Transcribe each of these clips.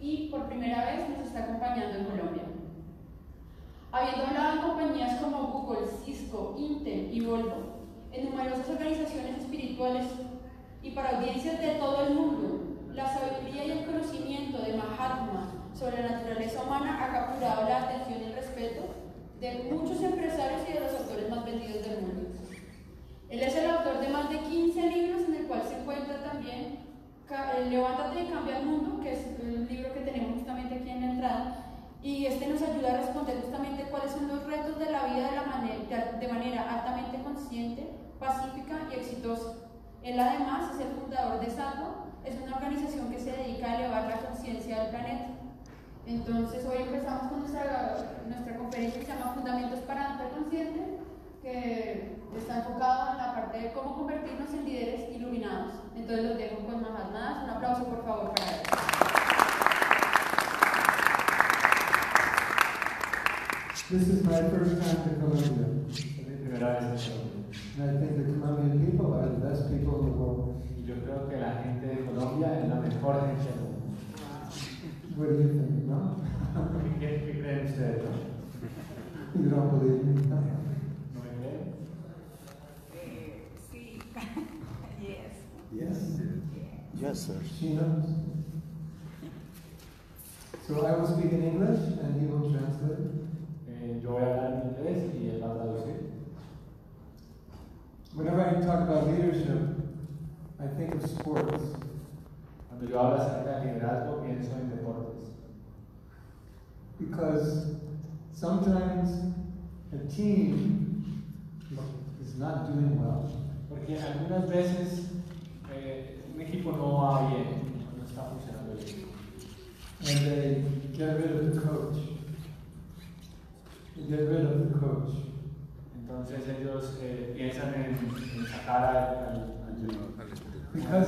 y por primera vez nos está acompañando en Colombia. Habiendo hablado en compañías como Google, Cisco, Intel y Volvo, en numerosas organizaciones espirituales y para audiencias de todo el mundo, la sabiduría y el conocimiento de Mahatma sobre la naturaleza humana ha capturado la atención y el respeto de muchos empresarios y de los autores más vendidos del mundo. Él es el autor de más de 15 libros en el cual se encuentra también eh, Levántate y cambia el mundo, que es el libro que tenemos justamente aquí en la entrada, y este nos ayuda a responder justamente cuáles son los retos de la vida de, la manera, de manera altamente consciente, pacífica y exitosa. Él además es el fundador de Salvo, es una organización que se dedica a elevar la conciencia del planeta. Entonces hoy empezamos con nuestra, nuestra conferencia que se llama Fundamentos para Andar Consciente, que está enfocado en la parte de cómo convertirnos en líderes iluminados. Entonces los dejo con Mahatma, un aplauso por favor para él. This is my first time to Colombia, Es mi primera vez en Colombia. and I think the Colombian people are the best people in the world. Y yo creo que la gente de Colombia es la mejor gente del mundo. What do you think? No? ¿Qué, qué- qué creen ustedes? No? You don't believe me? No. ¿No me creen? Eh, sí. yes. Yes. Yes, sir. She knows. So I will speak in English, and he will translate. Eh, yo voy a hablar en inglés y él va a traducir. Whenever I talk about leadership, I think of sports. Cuando yo hablo acerca de liderazgo, pienso en deportes. Because sometimes a team is, is not doing well. Porque algunas veces eh, un equipo no va bien, no está funcionando bien. and they get rid of the coach. They get rid of the coach. Entonces ellos eh, piensan en, en sacar al, al- al- Because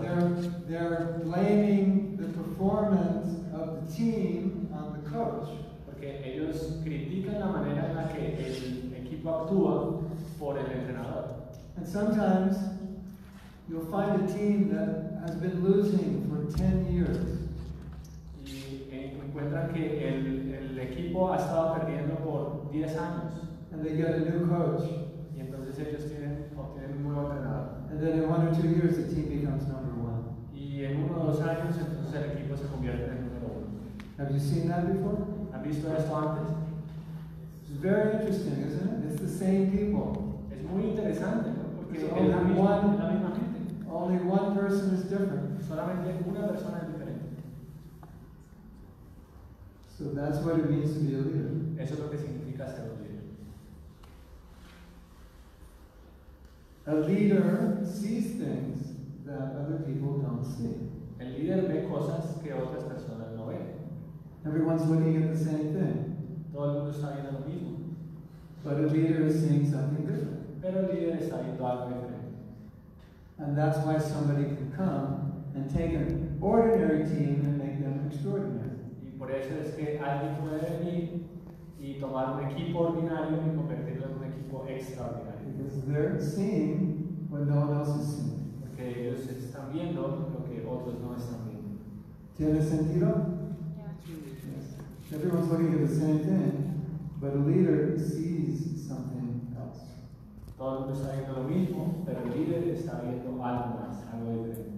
they're, they're blaming the performance of the team on the coach. Porque ellos critican la manera en la que el equipo actúa por el entrenador. And sometimes you'll find a team that has been losing for 10 years. Y eh, encuentran que el, el equipo ha estado perdiendo por 10 años. And they get a new coach. Y entonces ellos tienen, obtienen un nuevo entrenador. And then in one or two years, the team becomes number one. Y en uno o dos años entonces el equipo se convierte en número uno. Have you seen that before? ¿Han visto esto antes? It's very interesting, isn't it? It's the same people. Es muy interesante ¿no? porque It's es la, only misma, one- es la misma gente. Only one person is different. Solamente una persona es diferente. So that's what it means to be a leader. Eso es lo que significa ser un líder. A leader sees things that other people don't see. El líder ve cosas que otras personas no ven. Everyone's looking at the same thing, Todo el mundo está viendo lo mismo, but a leader is seeing something different. pero el líder está viendo algo diferente. And that's why somebody can come and take an ordinary team and make them extraordinary. Y por eso es que alguien puede venir y tomar un equipo ordinario y convertirlo en un equipo extraordinario. Because they're seeing what no one else is seeing. Porque ellos están viendo lo que otros no están viendo. ¿Tiene sentido? Yes. Everyone's looking at the same thing, but a leader sees something else. Todo el mundo está viendo lo mismo, pero el líder está viendo algo más, algo diferente.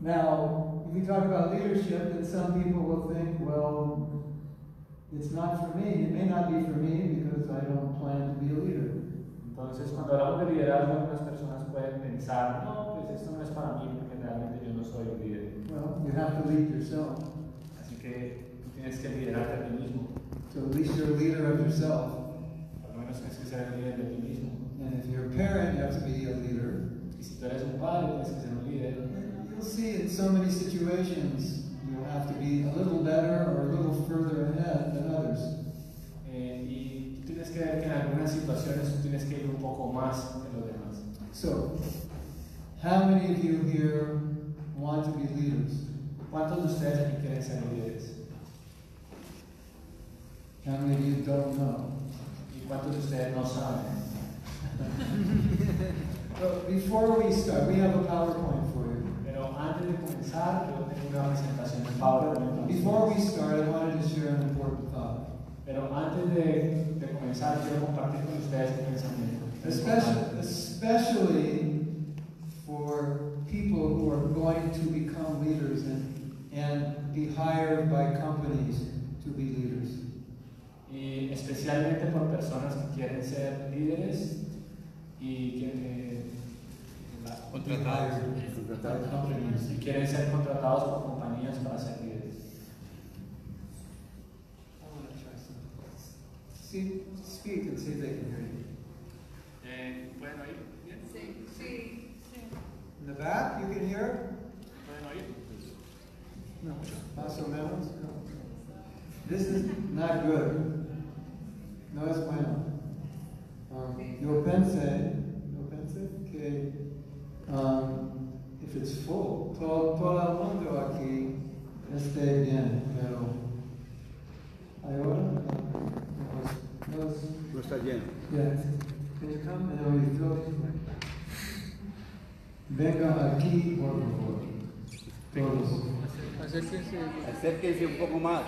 Now, if you talk about leadership, then some people will think, well, it's not for me. It may not be for me because I don't plan to be a leader. Entonces, cuando hablamos de liderazgo, algunas personas pueden pensar, no, pues esto no es para mí porque realmente yo no soy un líder. Well, you have to lead yourself. Así que tú tienes que liderarte a ti mismo. So at least you're a leader of yourself. Por lo menos tienes que ser el líder de ti mismo. And if you're a parent, you have to be a leader. Y si tú eres un padre, tienes que ser un líder. And you'll see in so many situations, you have to be a little better or a little further ahead than others. Eh, y tú tienes que ver que en algunas situaciones tú tienes que ir un poco más que los demás. So, how many of you here want to be leaders? ¿Cuántos de ustedes aquí quieren ser líderes? How many of you don't know? ¿Y cuántos de ustedes no saben? But before we start, we have a PowerPoint for you. Pero antes antes de comenzar, yo tengo una presentación en PowerPoint. Before we start, I wanted to share an important thought, Pero antes de, de comenzar, quiero compartir con ustedes un pensamiento. especially, especially for people who are going to become leaders and, and be hired by companies to be leaders. Y especialmente por personas que quieren ser líderes y que, eh, la- Contratados. By companies, y quieren ser contratados por compañías para ser líderes. I want to try something. See, speak and see if they can hear you. Eh, ¿Pueden oír? ¿Bien? Sí, sí, sí. In the back, you can hear? ¿Pueden oír? No. Paso menos? No. This is not good. No es bueno. Um, yo pensé, yo pensé que um, if it's full, todo, todo el mundo aquí esté bien, pero ahora no, no es- No está lleno. Yes. Can you come and we throw it like that? Venga aquí, por favor. Todos. Acérquense. Acérquense un poco más.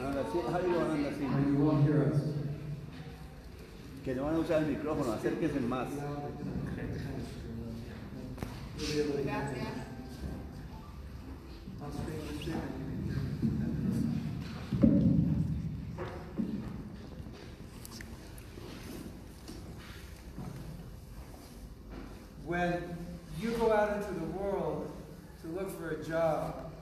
Ahora sí, ahí lo van a andar así. And you won't hear us. Que no van a usar el micrófono, acérquense más. Gracias. When you go out into the world to look for a job,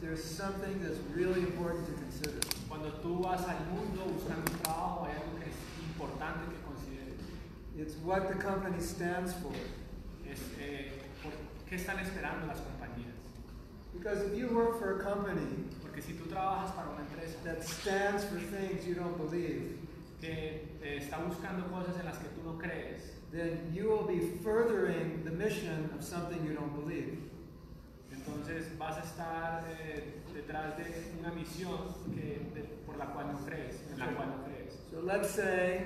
there's something that's really important to consider. Cuando tú vas al mundo buscando un trabajo, hay algo que es importante que consideres. It's what the company stands for. Es, eh, ¿por ¿Qué están esperando las compañías? Because if you work for a company Porque si tú trabajas para una empresa that stands for things you don't believe, que eh, está buscando cosas en las que tú no crees, then you will be furthering the mission of something you don't believe. entonces vas a estar eh, detrás de una misión que, de- por la cual no crees, en la cual no crees. So let's say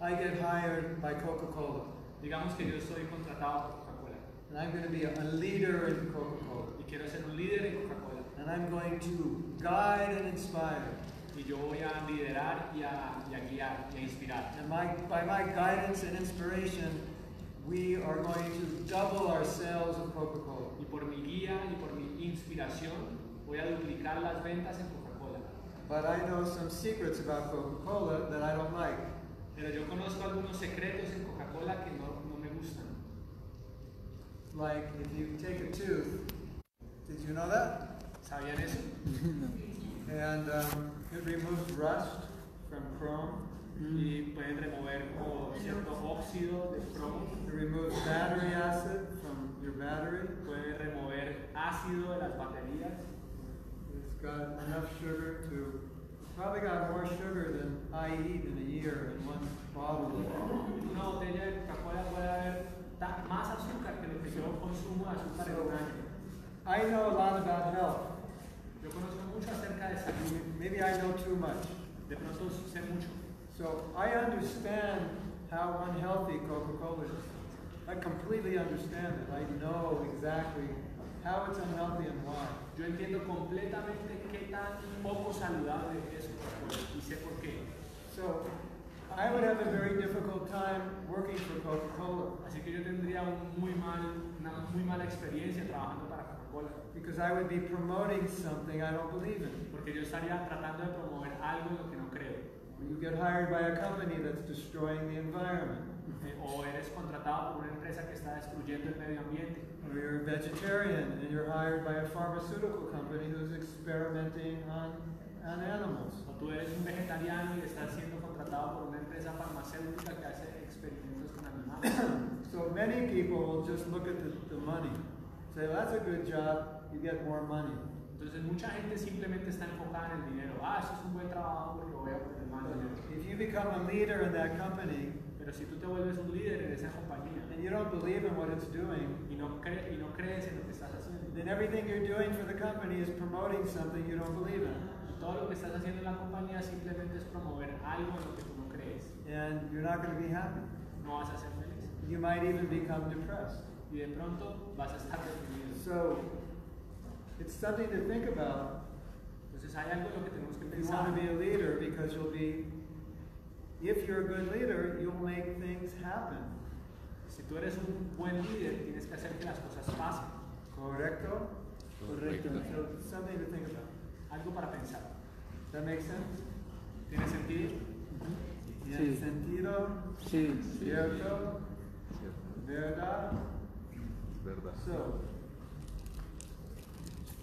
I get hired by Coca Cola, Digamos que yo soy contratado por Coca-Cola and I'm going to be a leader in Coca Cola, y quiero ser un líder en Coca-Cola and I'm going to guide and inspire. y yo voy a liderar y a, y a guiar y a inspirar. And my, by my guidance and inspiration, we are going to double our sales of Coca Cola. y por mi guía y por mi inspiración voy a duplicar las ventas en Coca-Cola. But I know some secrets about Coca Cola that I don't like. Pero yo conozco algunos secretos en Coca-Cola que no, no me gustan. Like if you take a tooth, did you know that? ¿Sabían eso? And um, it removes rust from chrome. Y pueden remover como cierto óxido de cromo, It removes battery acid from your battery. pueden remover ácido de las baterías, It's got enough sugar to probably got more sugar than I eat in a year in one bottle. una botella de Coca-Cola puede haber ta- más azúcar que lo que yo consumo de azúcar en un año. I know a lot about health. Yo conozco mucho acerca de salud, M- Maybe I know too much. de pronto sé mucho. So I understand how unhealthy Coca-Cola is. I completely understand it. I know exactly how it's unhealthy and why. Yo entiendo completamente qué tan poco saludable es Coca-Cola y sé por qué. So I would have a very difficult time working for Coca-Cola Así que yo tendría un muy mal, una muy mala experiencia trabajando para Coca-Cola, because I would be promoting something I don't believe in. porque yo estaría tratando de promover algo en lo que no creo. Or you get hired by a company that's destroying the environment. Eh, o eres contratado por una empresa que está destruyendo el medio ambiente, Or you're a vegetarian and you're hired by a pharmaceutical company who's experimenting on, on animals. o tú eres un vegetariano y estás siendo contratado por una empresa farmacéutica que hace experimentos con animales. So many people will just look at the, the money, say, that's a good job, you get more money. Entonces mucha gente simplemente está enfocada en el dinero. Ah, eso es un buen trabajo porque voy a obtener más But dinero. if you become a leader in that company Pero si tú te vuelves un líder en esa compañía and you don't believe in what it's doing, y no, cre- y no crees en lo que estás haciendo, then everything you're doing for the company is promoting something you don't believe in. Todo lo que estás haciendo en la compañía simplemente es promover algo en lo que tú no crees. And you're not going to be happy. No vas a ser feliz. You might even become depressed. Y de pronto vas a estar deprimido. So It's something to think about. Entonces hay algo en lo que tenemos que You want pensar. to be a leader because you'll be, if you're a good leader, you'll make things happen. Si tú eres un buen líder, tienes que hacer que las cosas pasen. Correcto? Correcto. So something to think about. Algo para pensar. That makes sense? ¿Tiene sentido? Tiene Sí. sentido, Sí, sí. cierto, Cierto, verdad. es verdad. So,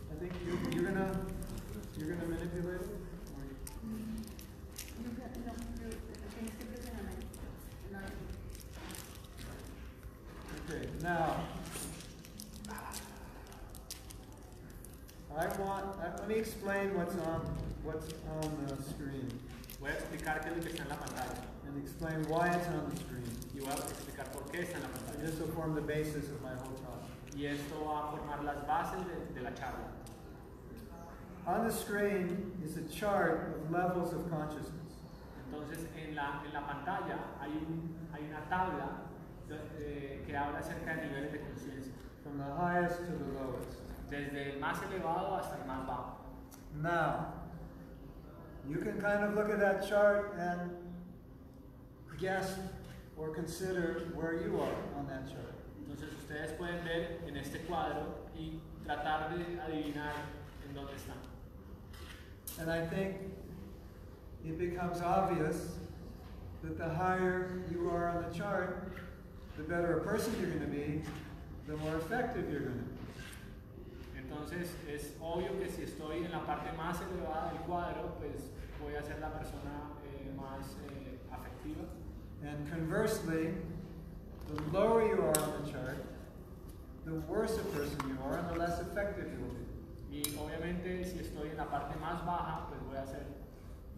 I think you're, you're gonna, you're gonna manipulate it? or tienes que presionar ahí. you- Okay, now. I want, I- let me explain what's on, what's on the screen Voy a explicar qué es lo que está en la pantalla. and explain why it's on the screen. Y voy a explicar por qué está en la And pantalla. this will form the basis of my whole talk. Y esto va a formar las bases de, de la charla. On the screen is a chart of levels of consciousness. Entonces, en la, en la pantalla hay, un- hay una tabla de- eh, que habla acerca de niveles de conciencia. from the highest to the lowest. Desde el más elevado hasta el más bajo. Now, you can kind of look at that chart and guess or consider where you are on that chart. Entonces, ustedes pueden ver en este cuadro y tratar de adivinar en dónde están. And I think it becomes obvious that the higher you are on the chart, the better a person you're going to be, the more effective you're going to be. Entonces, es obvio que si estoy en la parte más elevada del cuadro, pues voy a ser la persona eh, más eh, afectiva. And conversely, the lower you are on the chart, the worse a person you are and the less effective you will be. Y obviamente si estoy en la parte más baja, pues voy a ser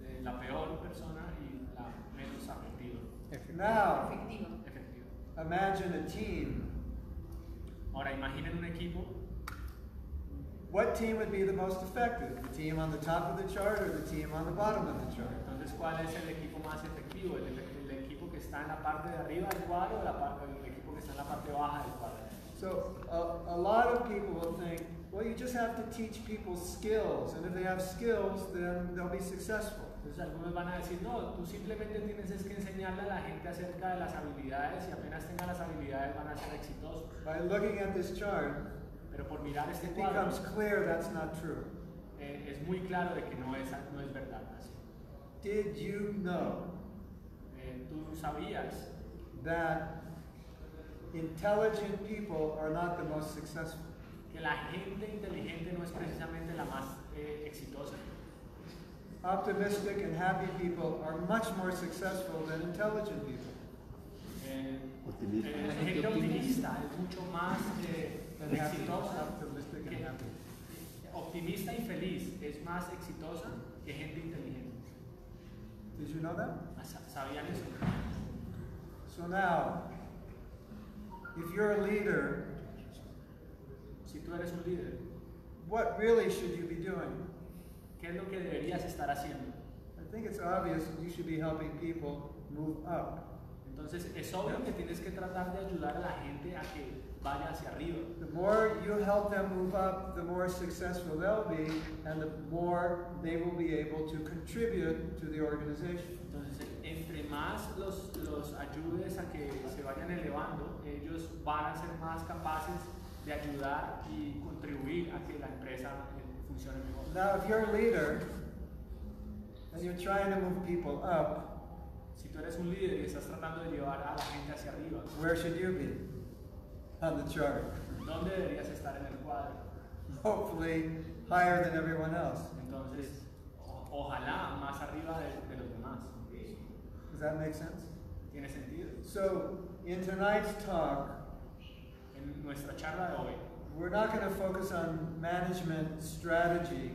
de la peor persona y la menos afectiva. Now, Efectivo. efectiva. imagine a team. Ahora imaginen un equipo. What team would be the most effective? The team on the top of the chart or the team on the bottom of the chart? Entonces, ¿cuál es el equipo más efectivo? ¿El, el- el equipo que está en la parte de arriba del cuadro o la parte, el equipo que está en la parte baja del cuadro? So, a, a lot of people will think, well, you just have to teach people skills, and if they have skills, then they'll be successful. Entonces algunos van a decir, no, tú simplemente tienes es que enseñarle a la gente acerca de las habilidades y apenas tengan las habilidades van a ser exitosos. By looking at this chart, Pero por mirar este it cuadro becomes clear that's not true. eh, es muy claro de que no es, no es verdad. así. Did you know Eh, tú sabías that intelligent people are not the most successful. que la gente inteligente no es precisamente la más eh, exitosa. Optimistic and happy people are much more successful than intelligent people. Eh, Optimista. eh, la gente optimista es mucho más eh, Than happy, exitosa, optimistic and que- happy. optimista y feliz es más exitosa que gente inteligente. Ah, Did you know that? Sa- ¿Sabían eso? So now, if you're a leader, Si tú eres un líder, what really should you be doing? ¿qué es lo que deberías estar haciendo? I think it's obvious you should be helping people move up. Entonces es obvio que tienes que tratar de ayudar a la gente a que vaya hacia arriba. The more you help them move up, the more successful they'll be, and the more they will be able to contribute to the organization. Entonces, entre más los, los ayudes a que se vayan elevando, ellos van a ser más capaces de ayudar y contribuir a que la empresa eh, funcione mejor. Now, if you're a leader and you're trying to move people up, Si tú eres un líder y estás tratando de llevar a la gente hacia arriba, where should you be on the chart? ¿dónde deberías estar en el cuadro? Hopefully, higher than everyone else. Entonces, o- ojalá más arriba de, de los demás. Does that make sense? ¿Tiene sentido? So, in tonight's talk, En nuestra charla de hoy, we're not going to focus on management strategy,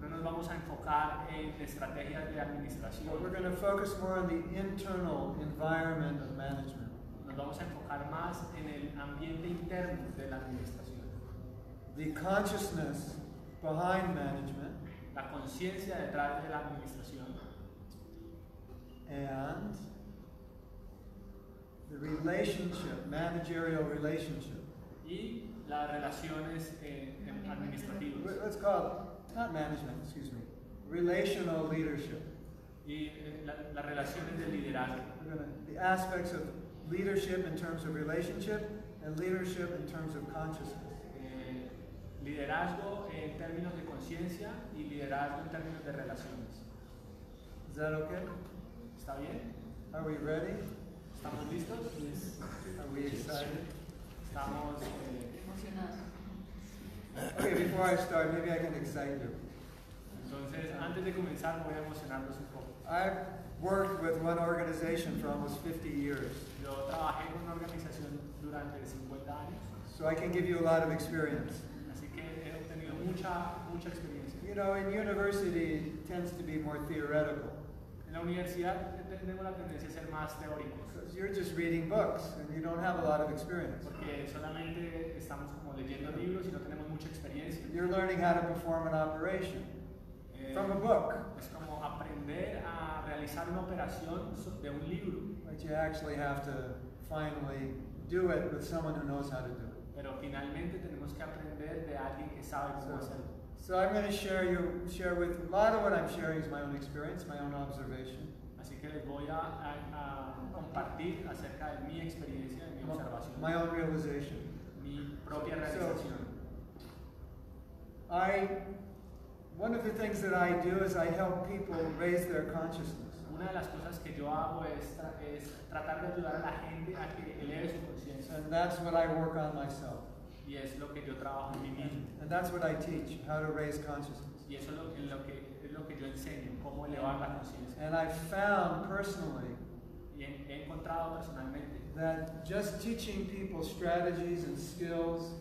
no nos vamos a enfocar en estrategias de but we're administración, going to focus more on the internal environment of management. nos vamos a enfocar más en el ambiente interno de la administración. The consciousness behind management la conciencia detrás de la administración and the relationship, managerial relationship. y las relaciones eh, em- administrativas. Re- Let's call it, not management, excuse me, relational leadership. Y eh, la- las relaciones de liderazgo. We're gonna, the aspects of leadership in terms of relationship and leadership in terms of consciousness. Eh, liderazgo en términos de conciencia y liderazgo en términos de relaciones. Is that okay? ¿Está bien? Are we ready? ¿Estamos listos? Pues, Are we excited? Estamos... eh, Emocionados. Okay, before I start, maybe I can excite you. entonces, antes de comenzar, voy a emocionarlos un poco. I've worked with one organization for almost 50 years, Yo trabajé en una organización durante 50 años, so I can give you a lot of experience. así que he obtenido mucha, mucha experiencia. You know, in university, it tends to be more theoretical. En la universidad te- tenemos la tendencia a ser más teóricos, Because you're just reading books and you don't have a lot of experience. porque solamente estamos como leyendo libros y no tenemos mucha experiencia. You're learning how to perform an operation Eh, from a book, es como aprender a realizar una operación so- de un libro, but you actually have to finally do it with someone who knows how to do it. pero finalmente tenemos que aprender de alguien que sabe cómo hacerlo. So I'm going to share you share with a lot of what I'm sharing is my own experience, my own observation. Así que les voy a, a- a compartir acerca de mi experiencia, de mi observación, My own realization. mi propia So- realización. I one of the things that I do is I help people raise their consciousness. Una de las cosas que yo hago es, tra- es tratar de ayudar a la gente a que eleve su conciencia. And that's what I work on myself. Y es lo que yo trabajo en mí mismo. And that's what I teach, how to raise consciousness. Y eso es lo, en lo que, es lo que yo enseño, cómo elevar la conciencia. And I've found personally Y he, he encontrado personalmente that just teaching people strategies and skills,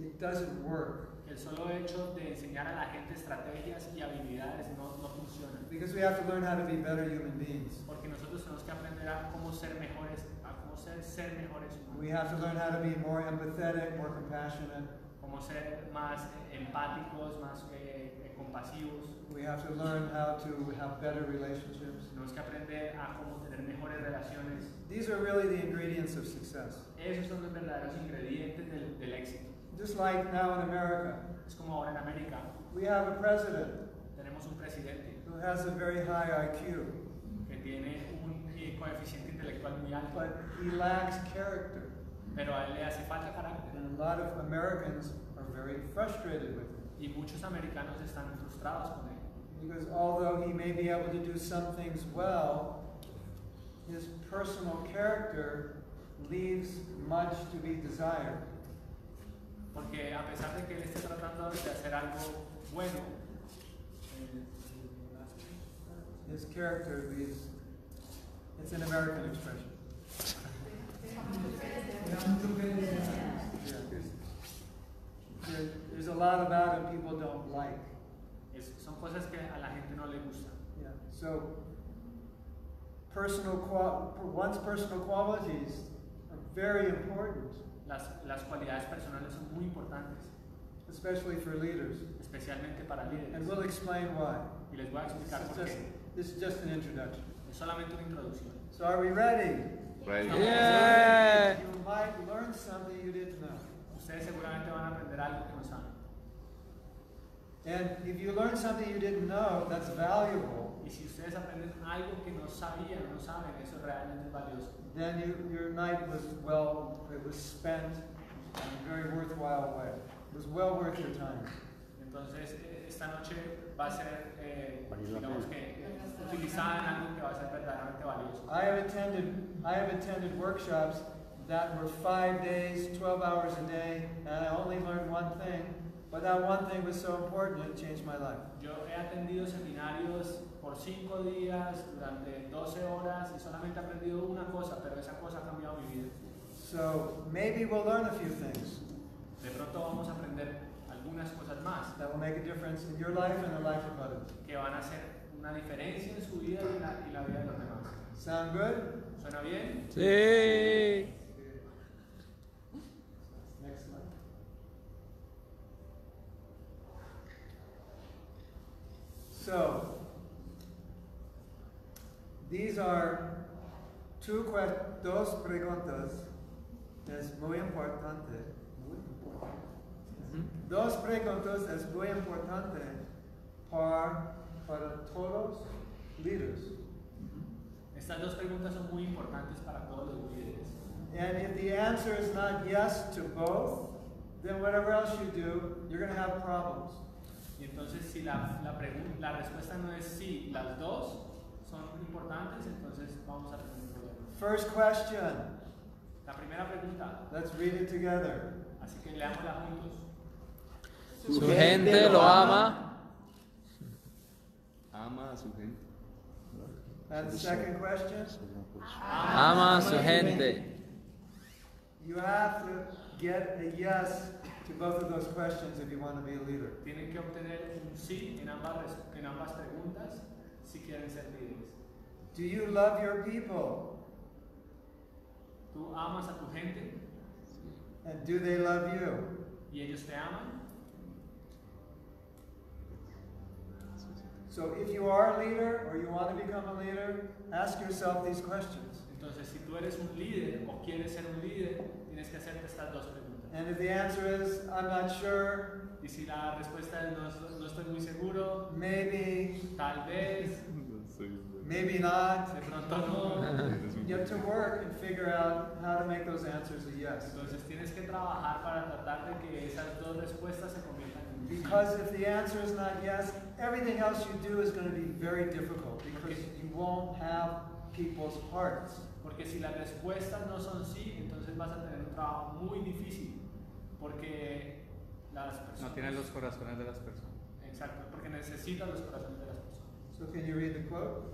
it doesn't work. que el solo hecho de enseñar a la gente estrategias y habilidades no, no funciona. Because we have to learn how to be better human beings. Porque nosotros tenemos que aprender a cómo ser mejores, a cómo ser, ser mejores We humanos, have to learn how to be more empathetic, more compassionate. cómo ser más eh, empáticos, más eh, eh, compasivos. We have to learn how to have better relationships. Tenemos que aprender a cómo tener mejores relaciones. These are really the ingredients of success. Esos son los verdaderos ingredientes del, del éxito. Just like now in America, Es como ahora en América we have a president tenemos un presidente who has a very high IQ, que tiene un eh, coeficiente intelectual muy alto, but he lacks character. pero a él le hace falta carácter. And a lot of Americans are very frustrated with him. Y muchos americanos están frustrados con él, Because although he may be able to do some things well, his personal character leaves much to be desired. porque a pesar de que él esté tratando de hacer algo bueno, eh, His character leaves, it's an American expression. Yeah. There, there's a lot about him people don't like. es- son cosas que a la gente no le gustan. Yeah. So, personal qual- one's personal qualities are very important, Las, las cualidades personales son muy importantes, especially for leaders. especialmente para And líderes. we'll explain why. Y les voy a This explicar is por just, qué. this is just an introduction. Es solamente una introducción. So, are we ready? Yeah. You might learn something you didn't know. Ustedes seguramente van a aprender algo que no saben. And if you learn something you didn't know, that's valuable. Y si ustedes aprenden algo que no sabían, no saben, eso realmente es valioso. Then you, your night was well, it was spent in a very worthwhile way. It was well worth your time. Entonces, eh, esta noche va a ser, eh, Vale la digamos pena. que, eh, utilizada en algo que va a ser verdaderamente valioso. I have attended I have attended workshops that were five days, twelve hours a day, and I only learned one thing, but that one thing was so important it changed my life. Yo he atendido seminarios por cinco días, durante 12 horas, y solamente he aprendido una cosa, pero esa cosa ha cambiado mi vida. So maybe we'll learn a few things De pronto vamos a aprender algunas cosas más that will make a difference in your life and the life of others. que van a hacer una diferencia en su vida y la, y la vida de los demás. Sound good? ¿Suena bien? Sí. Next slide. So, these are two que- dos preguntas. Es muy importante. Muy importante. Dos preguntas es muy importante para, para todos líderes. Estas dos preguntas son muy importantes para todos los líderes. And if the answer is not yes to both, then whatever else you do, you're going to have problems. Y entonces, si la, la, pregun- la respuesta no es sí, las dos son importantes, entonces vamos a tener un problema. First question, La primera pregunta, let's read it together. así que leámosla juntos. Su gente lo ama. Ama a su gente. And the second question, Ama a su gente. you have to get a yes to both of those questions if you want to be a leader. Tienen que obtener un sí en ambas, res- en ambas preguntas si quieren ser líderes. Do you love your people? Tú amas a tu gente And do they love you? y ellos te aman. So if you are a leader or you want to become a leader, ask yourself these questions. Entonces, si tú eres un líder o quieres ser un líder, tienes que hacerte estas dos preguntas. And if the answer is, I'm not sure, Y si la respuesta es no, no estoy muy seguro, maybe, tal vez, maybe not, de pronto no, you have to work and figure out how to make those answers a yes. entonces tienes que trabajar para tratar de que esas dos respuestas se conviertan en un sí. Because if the answer is not yes, everything else you do is going to be very difficult because you won't have people's hearts. Porque si las respuestas no son sí, entonces vas a tener un trabajo muy difícil. Porque las personas. corazones de las personas. Exacto, porque necesitas los corazones de las personas. So can you read the quote?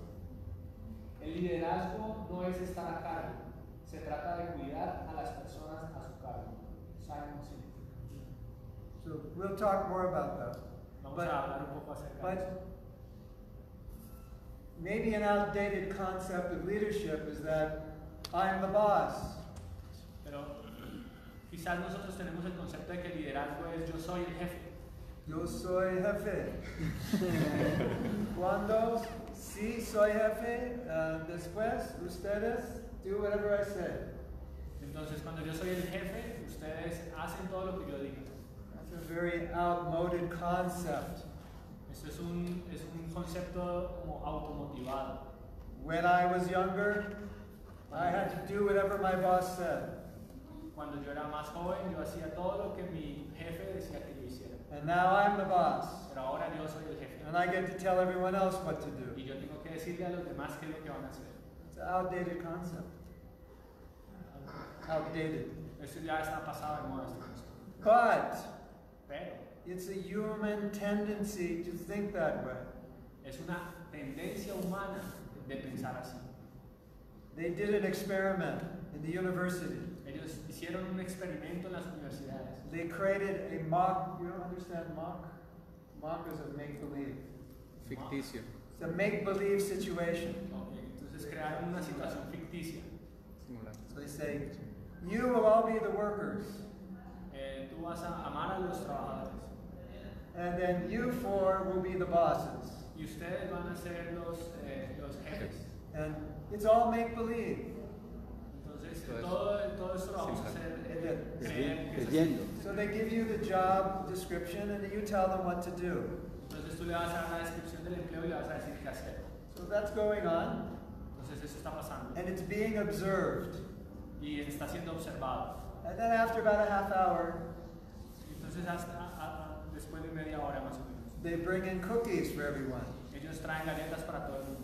El liderazgo no es estar a cargo, se trata de cuidar a las personas a su cargo. Simon Sinek. So we'll talk more about that. Vamos But- a hablar un poco acerca de eso. But maybe an outdated concept of leadership is that I'm the boss. Pero quizás nosotros tenemos el concepto de que el liderazgo es yo soy el jefe. Yo soy jefe. Cuando sí soy jefe, uh, después ustedes do whatever I say. Entonces, cuando yo soy el jefe, ustedes hacen todo lo que yo diga. That's a very outmoded concept. Esto es un, es un concepto como automotivado. When I was younger, I had to do whatever my boss said. Cuando yo era más joven, yo hacía todo lo que mi jefe decía que yo hiciera. And now I'm the boss. Pero ahora yo soy el jefe. And I get to tell everyone else what to do. Y yo tengo que decirle a los demás qué es lo que van a hacer. It's an outdated concept. Outdated. Esto ya está pasado de moda. este concepto. But Pero it's a human tendency to think that way. es una tendencia humana de pensar así. They did an experiment in the university. Ellos hicieron un experimento en las universidades. They created a mock, you don't understand mock? Mock is a make believe. Ficticio. It's a make believe situation. Ok, Entonces crearon una situación ficticia. So they say, You will all be the workers, Eh, tú vas a amar a los trabajadores and then you four will be the bosses. y ustedes van a ser los, eh, los jefes. And it's all make believe. Entonces, todo, todo esto lo vamos a hacer Creyendo. creer que es así. Creyendo. So they give you the job description, and then you tell them what to do. Entonces, tú le vas a dar la descripción del empleo y le vas a decir qué hacer. So that's going on, Entonces, eso está pasando and it's being observed. y está siendo observado. And then after about a half hour, Entonces, hasta a- a- después de media hora más o menos, they bring in cookies for everyone. ellos traen galletas para todo el mundo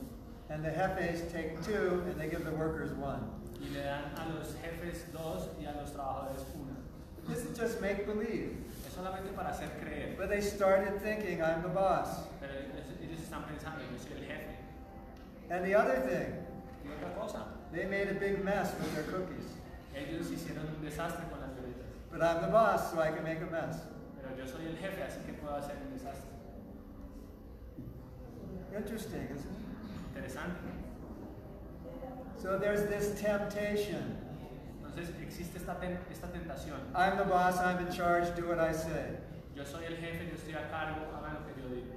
And the jefes take two, and they give the workers one. y le dan a los jefes dos y a los trabajadores una. This is just make believe. Es solamente para hacer creer. But they started thinking, I'm the boss. Pero ellos, ellos están pensando, yo soy el jefe. And the other thing, Y otra cosa, they made a big mess with their cookies. ellos hicieron un desastre con las violetas. But I'm the boss, so I can make a mess. Pero yo soy el jefe, así que puedo hacer un desastre. Interesting, isn't it? Interesante. So there's this temptation. Entonces existe esta, ten- esta tentación. I'm the boss, I'm in charge, do what I say. Yo soy el jefe, yo estoy a cargo, hagan lo que yo digo.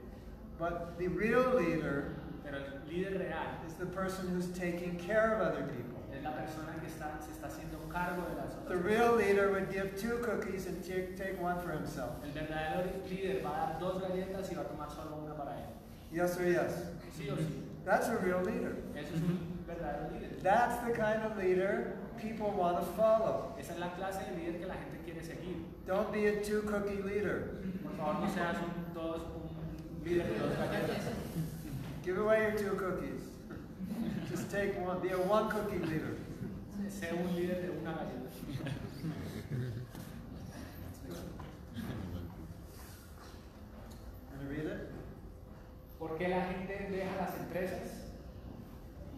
But the real leader Pero el líder real is the person who's taking care of other people. es la persona que está, se está haciendo cargo de las otras The real leader would give two cookies and take, take one for himself. El verdadero líder va a dar dos galletas y va a tomar solo una para él. Yes or yes? Sí o sí. That's a real leader. Eso es un verdadero líder. That's the kind of leader people want to follow. Esa es la clase de líder que la gente quiere seguir. Don't be a two cookie leader. Por favor, no seas un, dos, un líder de dos galletas. Give away your two cookies. Just take one. Be a one cookie leader. Sé un líder de una galleta. Want to read it? ¿Por qué la gente deja las empresas?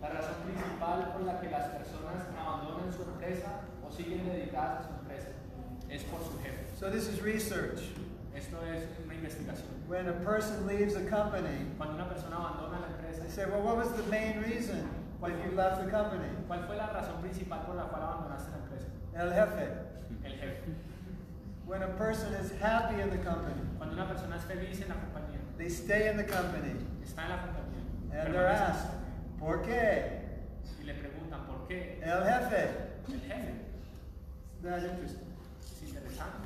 La razón principal por la que las personas abandonan su empresa o siguen dedicadas a su empresa es por su jefe. So this is research. Esto es una investigación. When a person leaves a company, Cuando una persona abandona la empresa, they say, well, what was the main reason why you left the company? ¿cuál fue la razón principal por la cual abandonaste la empresa? El jefe. El jefe. When a person is happy in the company, Cuando una persona es feliz en la compañía, they stay in the company está en la compañía, and they're permanece. asked, ¿por qué? y le preguntan por qué El jefe. el jefe. That's interesting. Es interesante.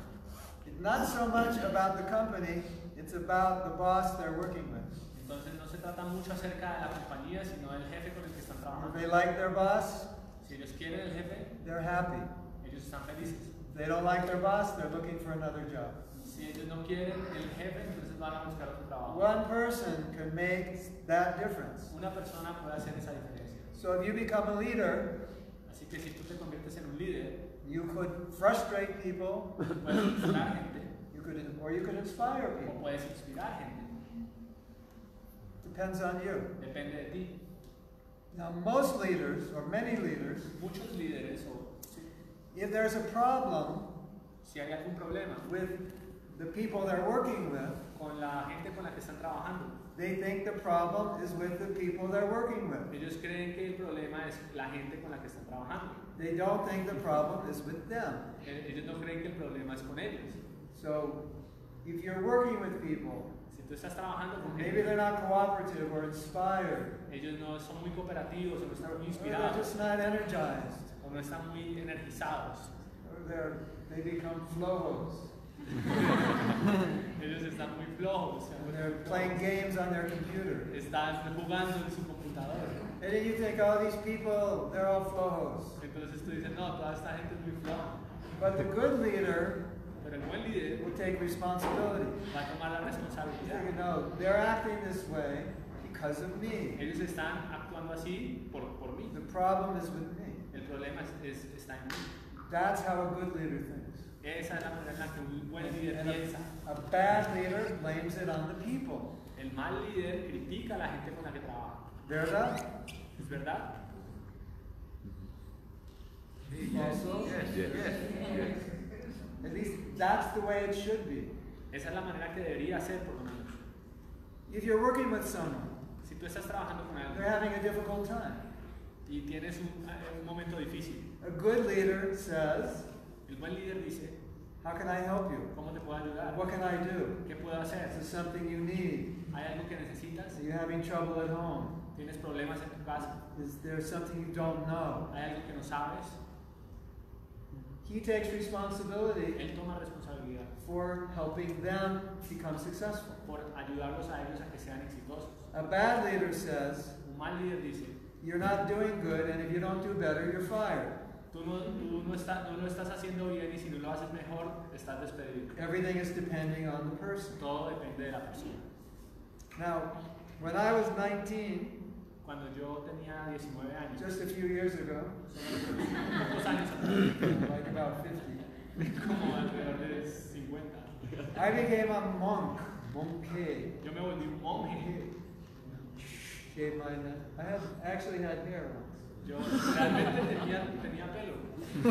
It's not so much about the company, it's about the boss they're working with. Entonces no se trata mucho acerca de la compañía, sino del jefe con el que están If trabajando. they like their boss, Si ellos quieren el jefe, they're happy. ellos están felices. If they don't like their boss, they're looking for another job. Si ellos no quieren el jefe, entonces van a buscar otro trabajo. One person can make that difference. Una persona puede hacer esa diferencia. So if you become a leader, Así que si tú te conviertes en un líder, you could frustrate people, puedes inspirar gente you could, or you could inspire o people. puedes inspirar gente. Depends on you. Depende de ti. Now, most leaders, or many leaders, Muchos líderes, o if there's a problem si hay algún problema with the people they're working with, con la gente con la que están trabajando, They think the problem is with the people they're working with. ellos creen que el problema es la gente con la que están trabajando. They don't think the problem is with them. Eh, Ellos no creen que el problema es con ellos. So if you're working with people, Si tú estás trabajando con maybe gente, they're not cooperative or inspired, ellos no son muy cooperativos o no están or they're muy inspirados just not energized, o no están muy energizados. or they're, they become flojos, Ellos están muy flojos. se han and vuelto they're flojos. playing games on their computer. Están jugando en su computador. And then you think, oh, these people, they're all flojos. Entonces tú dices, no, toda esta gente es muy floja. But the good leader Pero el buen líder will take responsibility. va a tomar la You responsabilidad. think, no, they're acting this way because of me. Ellos están actuando así por, por mí. The problem is with me. El problema es, es- está en mí. That's how a good leader thinks. Esa es la manera en la que un buen líder And piensa. a, a bad leader blames it on the people. El mal líder critica a la gente con la que trabaja. ¿Verdad? ¿Es verdad? Also, Yes, yes. at least that's the way it should be. Esa es la manera que debería ser, por lo menos. If you're working with someone, Si tú estás trabajando con they're having alguien a difficult time. y tienes un, eh, un momento difícil, A good leader says, el buen líder dice, How can I help you? ¿cómo te puedo ayudar? What can I do? ¿Qué puedo Is hacer? this something you need? ¿Hay algo que necesitas? Are you having trouble at home? ¿Tienes problemas en tu casa? Is there something you don't know? ¿Hay algo que no sabes? He takes responsibility Él toma responsabilidad for helping them become successful. por ayudarlos a ellos a que sean exitosos. A bad leader says, Un mal líder dice, You're not doing good, and if you don't do better, you're fired. tú no, tú no, está- no lo estás haciendo bien y si no lo haces mejor, estás despedido. Everything is depending on the person. Todo depende de la persona. Now, when I was 19, Cuando yo tenía 19 años, just a few years ago, pocos años atrás, like about 50, como alrededor de 50, I became a monk. Monke. Yo me volví un monje. Shaved my neck. I had actually had hair once. Yo realmente tenía, tenía pelo. Me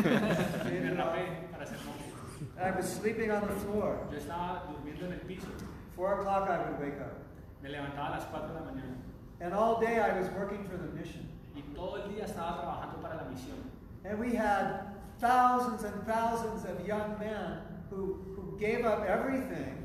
rapé para ser monje. I was sleeping on the floor. Yo estaba durmiendo en el piso. Four o'clock, I would wake up. Me levantaba a las 4 de la mañana. And all day, I was working for the mission. Y todo el día estaba trabajando para la misión. And we had thousands and thousands of young men who, who gave up everything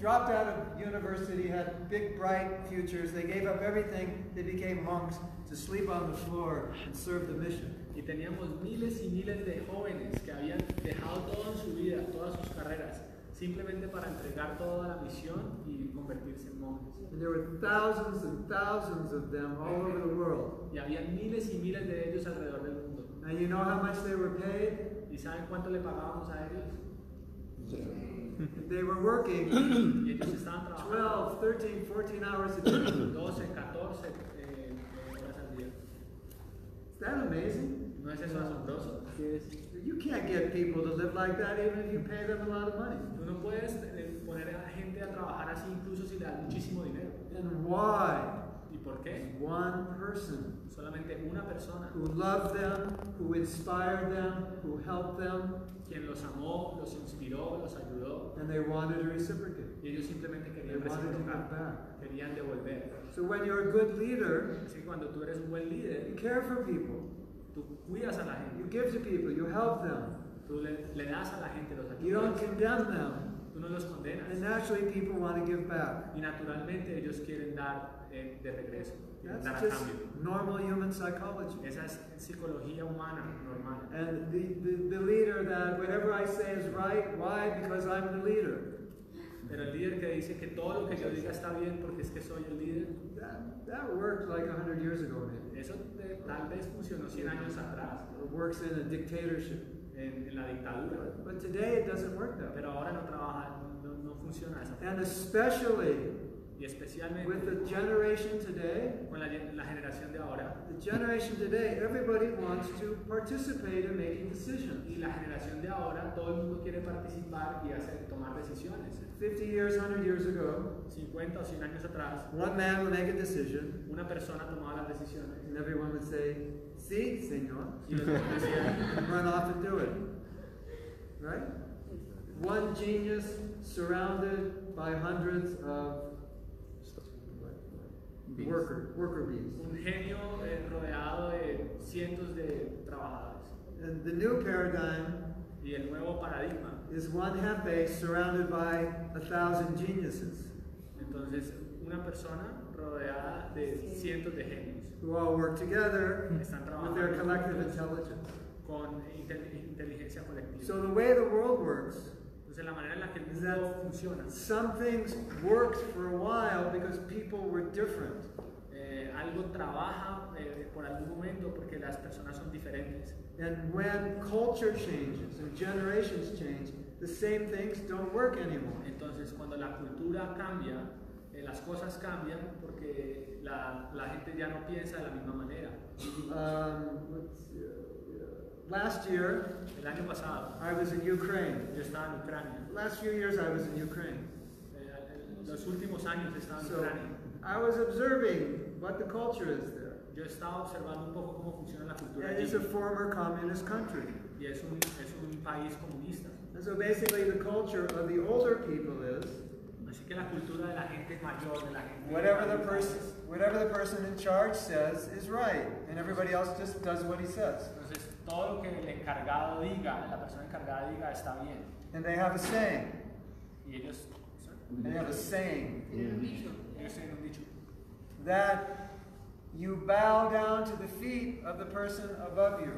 dropped out of university, had big, bright futures. They gave up everything. They became monks to sleep on the floor and serve the mission. Y teníamos miles y miles de jóvenes que habían dejado todo en su vida, todas sus carreras, simplemente para entregar toda la misión y convertirse en monjes. And there were thousands and thousands of them all over the world. Y había miles y miles de ellos alrededor del mundo. Now, you know how much they were paid? ¿Y saben cuánto le pagábamos a ellos? They were working Y ellos estaban trabajando 12, 13, 14 hours a day. Isn't 12, 14 eh, eh, horas al día. that amazing? ¿No es eso asombroso? You can't get people to live like that even if you pay them a lot of money. Tú no puedes eh, poner a la gente a trabajar así incluso si le das muchísimo dinero. And why? ¿Y por qué? One person Solamente una persona, who loved them, who inspired them, who helped them, quien los amó, los inspiró, los ayudó, and they wanted to reciprocate. y ellos simplemente They querían wanted to give reciprocar, back. querían devolver. So when you're a good leader, Así que cuando tú eres un buen you líder, care for people, tú cuidas a la gente, you give to people, you help them, tú le, le das a la gente, los you don't ayudas, condemn them, tú no los condenas. and naturally people want to give back. Y naturalmente ellos quieren dar eh, de regreso, quieren dar That's a just cambio. normal human psychology. Esa es psicología humana normal. And the, the, the leader that whatever I say is right, why? Because I'm the leader. Pero el líder que dice que todo lo que yo diga está bien porque es que soy el líder, That, that worked like 100 years ago, maybe. eso te- tal vez funcionó 100 años atrás It works in a dictatorship. en, en la dictadura, But today it doesn't work that way. pero ahora no trabaja, no, no funciona de esa forma. And especially Y with especialmente the generation today, con la, gen- la generación de ahora. the generation today, everybody wants to participate in making decisions. Y la generación de ahora, todo el mundo quiere participar y hacer, tomar decisiones. 50 years, 100 years ago, 50 o 100 años atrás, one man would make a decision, una persona tomaba las decisiones. and everyone would say, Si, senor. Y los demás decían, and run off and do it. Right? One genius surrounded by hundreds of worker, worker bees. un genio eh, rodeado de cientos de trabajadores. And the new paradigm Y el nuevo paradigma, is one half-baked surrounded by a thousand geniuses entonces, una persona rodeada de cientos de genios. who all work together Están with their collective trabajando intelligence. con intel- inteligencia colectiva. So the way the world works, Entonces, la manera en la que el Is that- mundo funciona. some things worked for a while because people were different. Eh, algo trabaja eh, por algún momento porque las personas son diferentes. And when culture changes and generations change, the same things don't work anymore. Entonces, cuando la cultura cambia, eh, las cosas cambian porque la, la gente ya no piensa de la misma manera. Um, let's see, uh, last year, El año pasado, I was in Ukraine. yo estaba en Ucrania. Last few years, I was in Ukraine. Eh, en los últimos años estaba en So Ucrania. I was observing what the culture is there. Yo estaba observando un poco cómo funciona la cultura And allí. it's a former communist country. y es un, es un país comunista. And so basically, the culture of the older people is Así que la cultura de la gente mayor, de la gente... whatever the person, whatever the person in charge says is right, and everybody else just does what he says. Entonces, todo lo que el encargado diga, la persona encargada diga, está bien. And they have a saying. Y ellos, They have a saying ellos tienen un dicho. that you bow down to the feet of the person above you,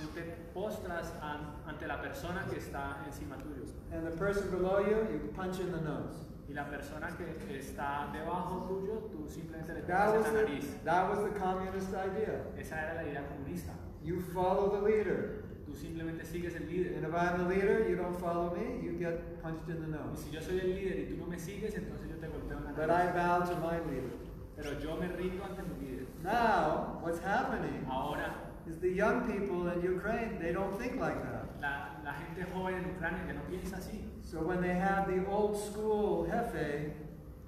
Tú te postras an- ante la persona que está encima tuyo. and the person below you, you punch in the nose. Y la persona que está debajo tuyo, tú simplemente le pegas That en was la the, nariz. that was the communist idea. Esa era la idea comunista. You follow the leader, Tú simplemente sigues el líder. and if I'm the leader, you don't follow me, you get punched in the Y nose. si yo soy el líder y tú no me sigues, entonces yo te golpeo en la But I nariz. bow to my leader. Pero yo me rindo ante mi líder. Now, what's happening Ahora, is the young people in Ukraine, they don't think like that. la, la gente joven en Ucrania que no piensa así. So when they have the old school jefe,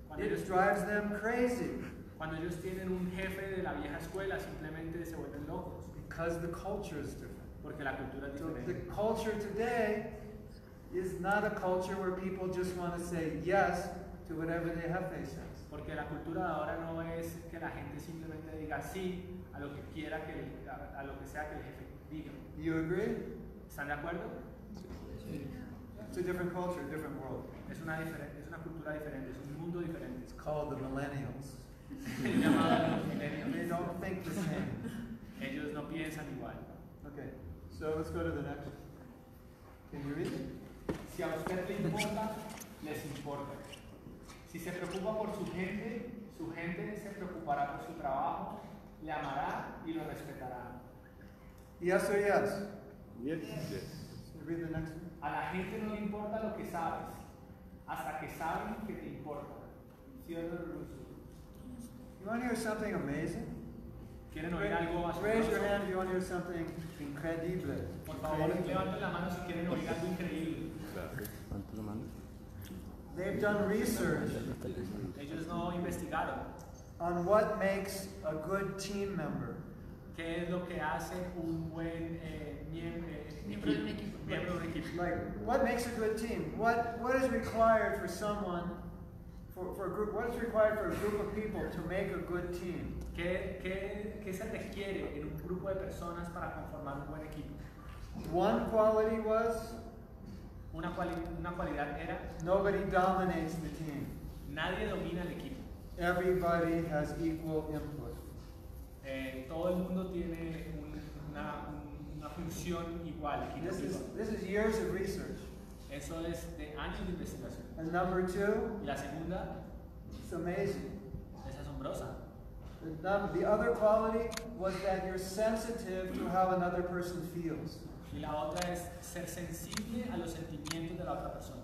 Cuando it ellos, drives them crazy. cuando ellos tienen un jefe de la vieja escuela, simplemente se vuelven locos. Because the culture is different. Porque la cultura es So the diferente. culture today is not a culture where people just want to say yes to whatever the jefe says. Porque la cultura de ahora no es que la gente simplemente diga sí a lo que quiera, que el- a, a lo que sea que el jefe diga. You agree? ¿Están de acuerdo? It's a different culture, different world. Es una, diferen- es una cultura diferente, es un mundo diferente. It's called the millennials. Se llama They millennials. don't think the same. Ellos no piensan igual. Okay, so let's go to the next. Can you read it? Si a usted le importa, les importa. Si se preocupa por su gente, su gente se preocupará por su trabajo, le amará y lo respetará. Yes or yes? Yes, yes. So read the next one. A la gente no le importa lo que sabes, hasta que saben que te importa. Theodore Roosevelt. You want to hear something amazing? ¿Quieren oír algo Raise your hand asombroso? if you want to hear something incredible. Por favor, Incredible. levanten la mano si quieren oír algo increíble. ¿Cuánto lo mando? They've done research Ellos no investigaron on what makes a good team member. qué es lo que hace un buen eh, miembro, eh, Miembro de un equipo. miembro de un equipo. Like, what makes a good team? What, what is required for someone, for, for a group, what is required for a group of people to make a good team? ¿Qué, qué, qué se requiere en un grupo de personas para conformar un buen equipo? One quality was Una, cuali- una cualidad era, nobody dominates the team. nadie domina el equipo. Everybody has equal input. Eh, todo el mundo tiene un- una, un- una función igual. This is, equitativa. this is years of research. Eso es de años de investigación. And number two, Y la segunda it's amazing. es asombrosa. The num- The other quality was that you're sensitive to how another person feels. Y la otra es ser sensible a los sentimientos de la otra persona.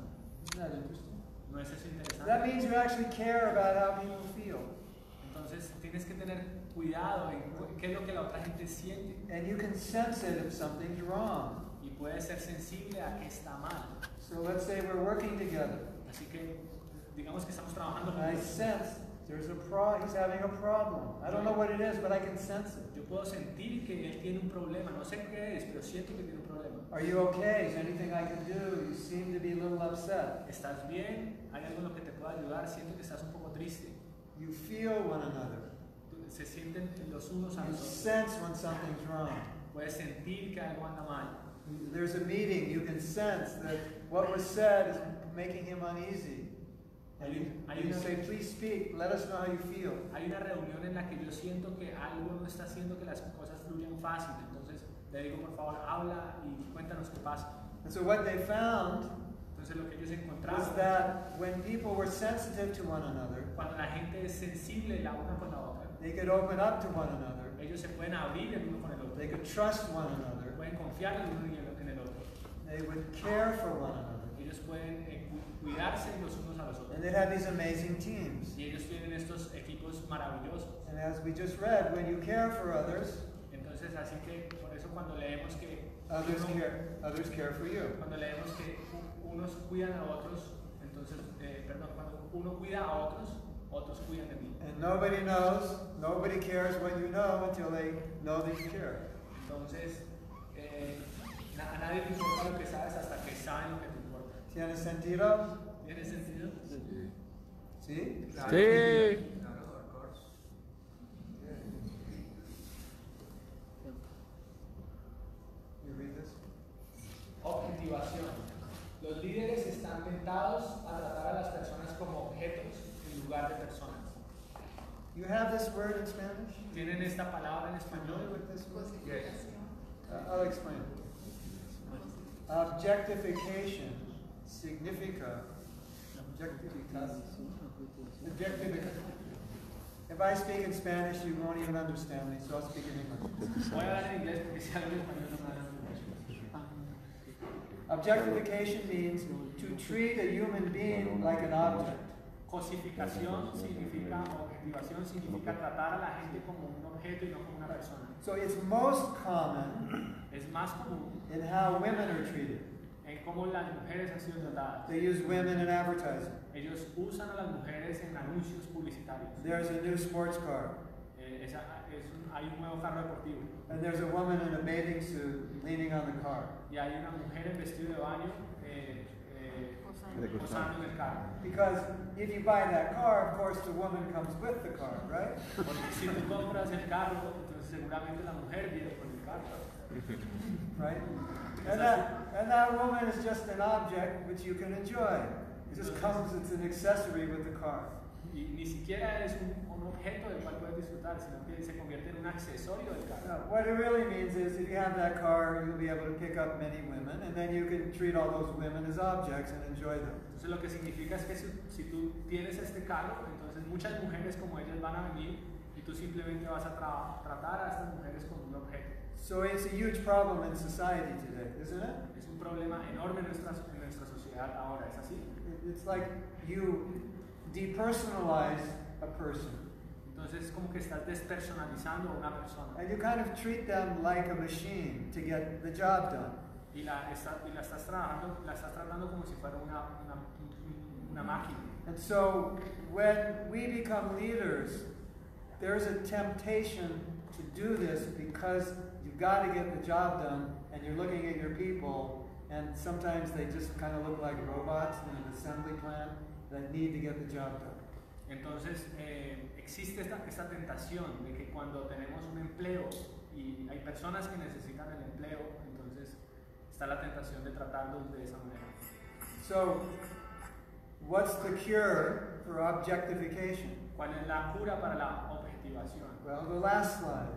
Isn't that interesting? ¿No es eso That interesante? means you actually care about how people feel. Entonces tienes que tener cuidado en cu- qué es lo que la otra gente siente. And you can sense it if something's wrong. Y puedes ser sensible a que está mal. So let's say we're working together. Así que digamos que estamos trabajando And I juntos. sense there's a pro, he's having a problem. I don't know what it is, but I can sense it. Yo puedo sentir que él tiene un problema. No sé qué es, pero siento que tiene un problema. Are you okay? Is there anything I can do? You seem to be a little upset. ¿Estás bien? ¿Hay algo en lo que te pueda ayudar? Siento que estás un poco triste. You feel one another. Se sienten los unos a You los otros. sense when something's wrong. Puedes sentir que algo anda mal. There's a meeting, you can sense that what was said is making him uneasy. And you, Hay- hay you una- say, please speak, let us know how you feel. Hay una reunión en la que yo siento que algo no está haciendo que las cosas fluyan fácil, entonces le digo por favor habla y cuéntanos qué pasa. And so what they found Entonces lo que ellos was encontraron, that when people were sensitive to one another, cuando la gente es sensible la una con la otra, they could open up to one another, ellos se pueden abrir el uno con el otro, they could trust one another, pueden confiar el uno y el- en el otro, they would care for one another, ellos pueden eh, cu- cuidarse los unos a los otros. and they'd have these amazing teams. Y ellos tienen estos equipos maravillosos. And as we just read, when you care for others, Entonces así que por eso cuando leemos que others uno- care, others care for you. Cuando leemos que u- unos cuidan a otros, entonces, eh, perdón, cuando uno cuida a otros, otros cuidan de mí. And nobody knows, nobody cares what you know until they know that you care. Entonces, eh, na- a nadie le importa lo que sabes hasta que saben lo que te importa. ¿Tiene sentido? ¿Tiene sentido? ¿Sí? Sí. You read this? Objetivación. Los líderes están tentados a tratar a las personas como objetos en lugar de personas. You have this word in Spanish? ¿Tienen esta palabra en Familiar español? with this word? Cosificación. Uh, I'll explain. Objectification significa objectificación. Objectification. If I speak in Spanish, you won't even understand me, so I'll speak in English. Voy a hablar en inglés porque si hablo en español no me van a entender. Objectification means to treat a human being like an object. Cosificación significa, objetivación significa tratar a la gente como un objeto y no como una persona. So it's most common Es más común in how women are treated. en cómo las mujeres han sido tratadas. They use women in advertising. Ellos usan a las mujeres en anuncios publicitarios. There's a new sports car, Eh, esa- es un- hay un nuevo carro deportivo and there's a woman in a bathing suit leaning on the car. y hay una mujer en vestido de baño eh, eh, posando en el carro. Because if you buy that car, of course the woman comes with the car, right? Porque si tú compras el carro, entonces seguramente la mujer viene con el right? And that, and that woman is just an object which you can enjoy. It just comes, it's an accessory with the car. Y ni siquiera es un, un objeto del cual puedes disfrutar, sino que se convierte en un accesorio del carro. Now, what it really means is if you have that car, you'll be able to pick up many women, and then you can treat all those women as objects and enjoy them. Entonces lo que significa es que si, si tú tienes este carro, entonces muchas mujeres como ellas van a venir y tú simplemente vas a tra- tratar a estas mujeres como un objeto. So it's a huge problem in society today, isn't it? Es un problema enorme en nuestra, en nuestra sociedad ahora, ¿es así? It- It's like you depersonalize a person, Entonces como que estás despersonalizando a una persona and you kind of treat them like a machine to get the job done. y la, está- y la estás trabajando, la estás tratando como si fuera una, una, una máquina. And so when we become leaders, there's a temptation to do this because you've got to get the job done and you're looking at your people and sometimes they just kind of look like robots in an assembly plant that need to get the job done. Entonces eh, existe esta, esta tentación de que cuando tenemos un empleo y hay personas que necesitan el empleo, entonces está la tentación de tratarlos de esa manera. So what's the cure for objectification? ¿Cuál es la cura para la objetivación? Well, the last slide.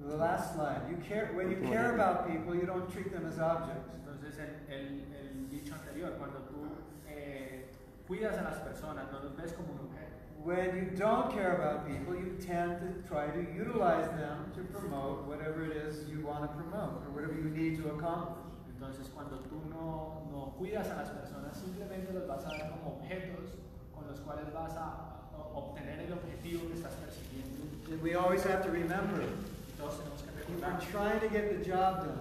The last slide. You care when you care about people, you don't treat them as objects. Entonces el, el- el dicho anterior, cuando tú eh, cuidas a las personas, no los ves como un objeto. When you don't care about people, you tend to try to utilize them to promote whatever it is you want to promote or whatever you need to accomplish. Entonces cuando tú no, no cuidas a las personas, simplemente los vas a ver como objetos con los cuales vas a o- obtener el objetivo que estás persiguiendo. And we always have to remember Y todos tenemos que if we're recordar. trying to get the job done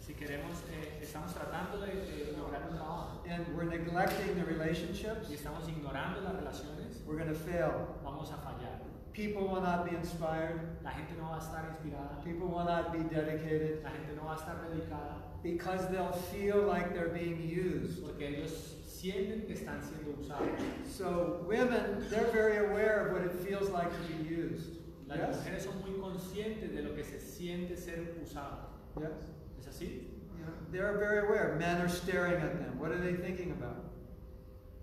Si queremos, eh, estamos tratando de, de lograr un trabajo and we're neglecting the relationships, y estamos ignorando las relaciones, we're going to fail. vamos a fallar. People will not be inspired, La gente no va a estar inspirada, people will not be dedicated la gente no va a estar dedicada, because they'll feel like they're being used. porque ellos sienten que están siendo usados. So, women, they're very aware of what it feels like to be used. Las Yes? mujeres son muy conscientes de lo que se siente ser usado. Yes? ¿Es así? You know, they're very aware. Men are staring at them. What are they thinking about?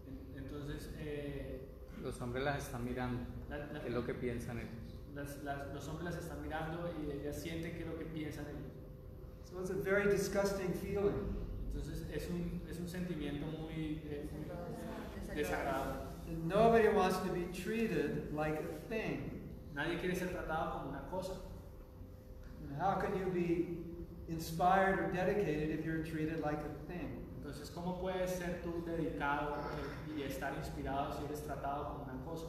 En- Entonces, eh, Los hombres las están mirando, la- la- que es lo que piensan ellos. las- las- los hombres las están mirando y ellas sienten que es lo que piensan ellos. So it's a very disgusting feeling. Entonces, es un, es un sentimiento muy, eh, muy desagradable. And nobody wants to be treated like a thing. Nadie quiere ser tratado como una cosa. And how can you be inspired or dedicated if you're treated like a thing? Entonces, ¿cómo puedes ser tú dedicado eh, y estar inspirado si eres tratado como una cosa?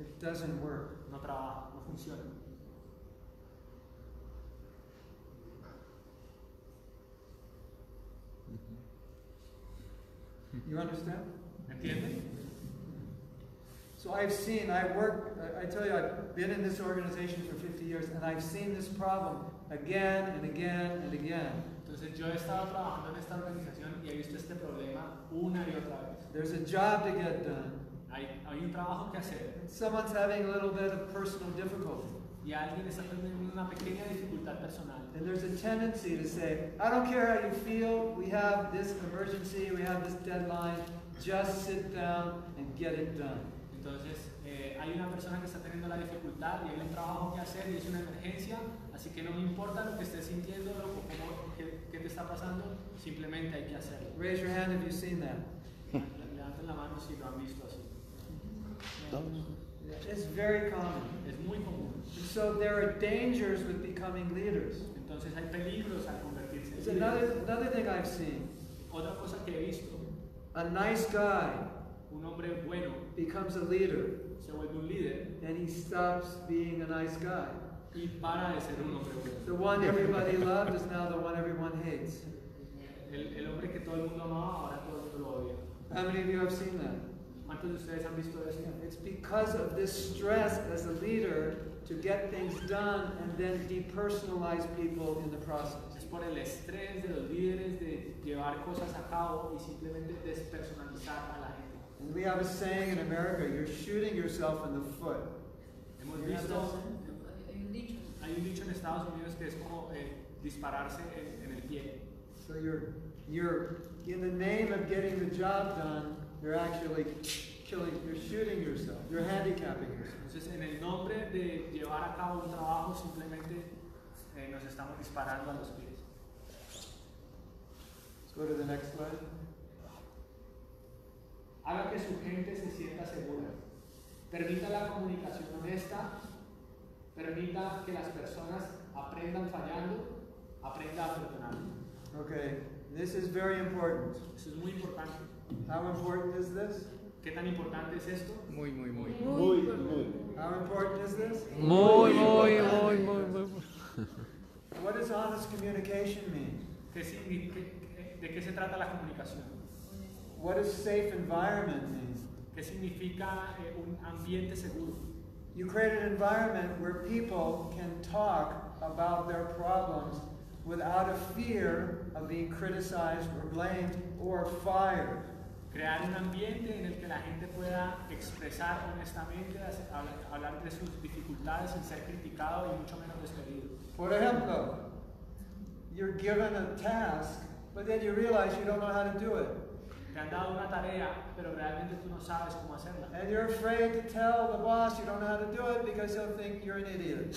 It doesn't work. No trabaja, no funciona. You understand? ¿Me entiendes? So I've seen, I work, I- I tell you, I've been in this organization for 50 years, and I've seen this problem again and again and again. Entonces, yo he estado trabajando en esta organización y he visto este problema una y otra vez. There's a job to get done. Hay, hay un trabajo que hacer Someone's having a little bit of personal difficulty. y alguien está teniendo una pequeña dificultad personal. And there's a tendency to say, I don't care how you feel, we have this emergency, we have this deadline, just sit down and get it done. Entonces, eh, hay una persona que está teniendo la dificultad y hay un trabajo que hacer y es una emergencia, así que no me importa lo que estés sintiendo o cómo- qué, qué te está pasando, simplemente hay que hacerlo. Raise your hand if you've seen that. Le- Levanten la mano si lo han visto así. It's very common. Es muy común. And so there are dangers with becoming leaders. Entonces hay peligros al convertirse It's en líder. another, another thing I've seen. Otra cosa que he visto, A nice guy un hombre bueno becomes a leader se vuelve un líder and he stops being a nice guy. y para de ser un hombre bueno. The one everybody loved is now the one everyone hates. El, el hombre que todo el mundo amaba, ahora todo el mundo lo odia. How many of you have seen that? ¿Cuántos de ustedes han visto eso? It's because of this stress as a leader to get things done and then depersonalize people in the process. Es por el estrés de los líderes de llevar cosas a cabo y simplemente despersonalizar a la gente. And we have a saying in America, you're shooting yourself in the foot. Hemos Yeah, visto, Hay un dicho. Hay un dicho en Estados Unidos que es como eh, dispararse en, en el pie. So you're, you're, in the name of getting the job done, you're actually killing, you're shooting yourself, you're handicapping yourself. Entonces, en el nombre de llevar a cabo un trabajo, simplemente eh, nos estamos disparando a los pies. Let's go to the next slide. Haga que su gente se sienta segura. Permita la comunicación honesta. Permita que las personas aprendan fallando, aprenda perdonando. Okay, this is very important. Eso es muy importante. How important is this? ¿Qué tan importante es esto? Muy, muy, muy. Muy, muy. How important is this? Muy, muy, muy, muy, muy. muy. What does honest communication mean? ¿Qué signi- qué- qué- ¿De qué se trata la comunicación? What does safe environment mean? ¿Qué significa eh, un ambiente seguro? You create an environment where people can talk about their problems without a fear of being criticized or blamed or fired. Crear un ambiente en el que la gente pueda expresar honestamente, hace- habla- hablar de sus dificultades sin ser criticado y mucho menos despedido. For example, you're given a task, but then you realize you don't know how to do it. Te han dado una tarea, pero realmente tú no sabes cómo hacerla. And you're afraid to tell the boss you don't know how to do it because he'll think you're an idiot.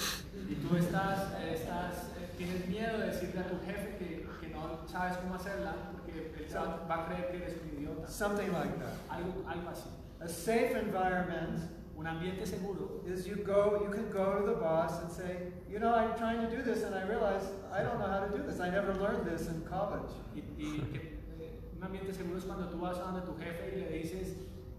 Y tú estás, estás, eh, tienes miedo de decirle a tu jefe que, que no sabes cómo hacerla porque él se va, va a creer que eres un idiota. Something like that. Algo, algo así. A safe environment Un ambiente seguro is you go you can go to the boss and say, you know, I'm trying to do this and I realize I don't know how to do this. I never learned this in college. y, y que, eh, un ambiente seguro es cuando tú vas a donde tu jefe y le dices,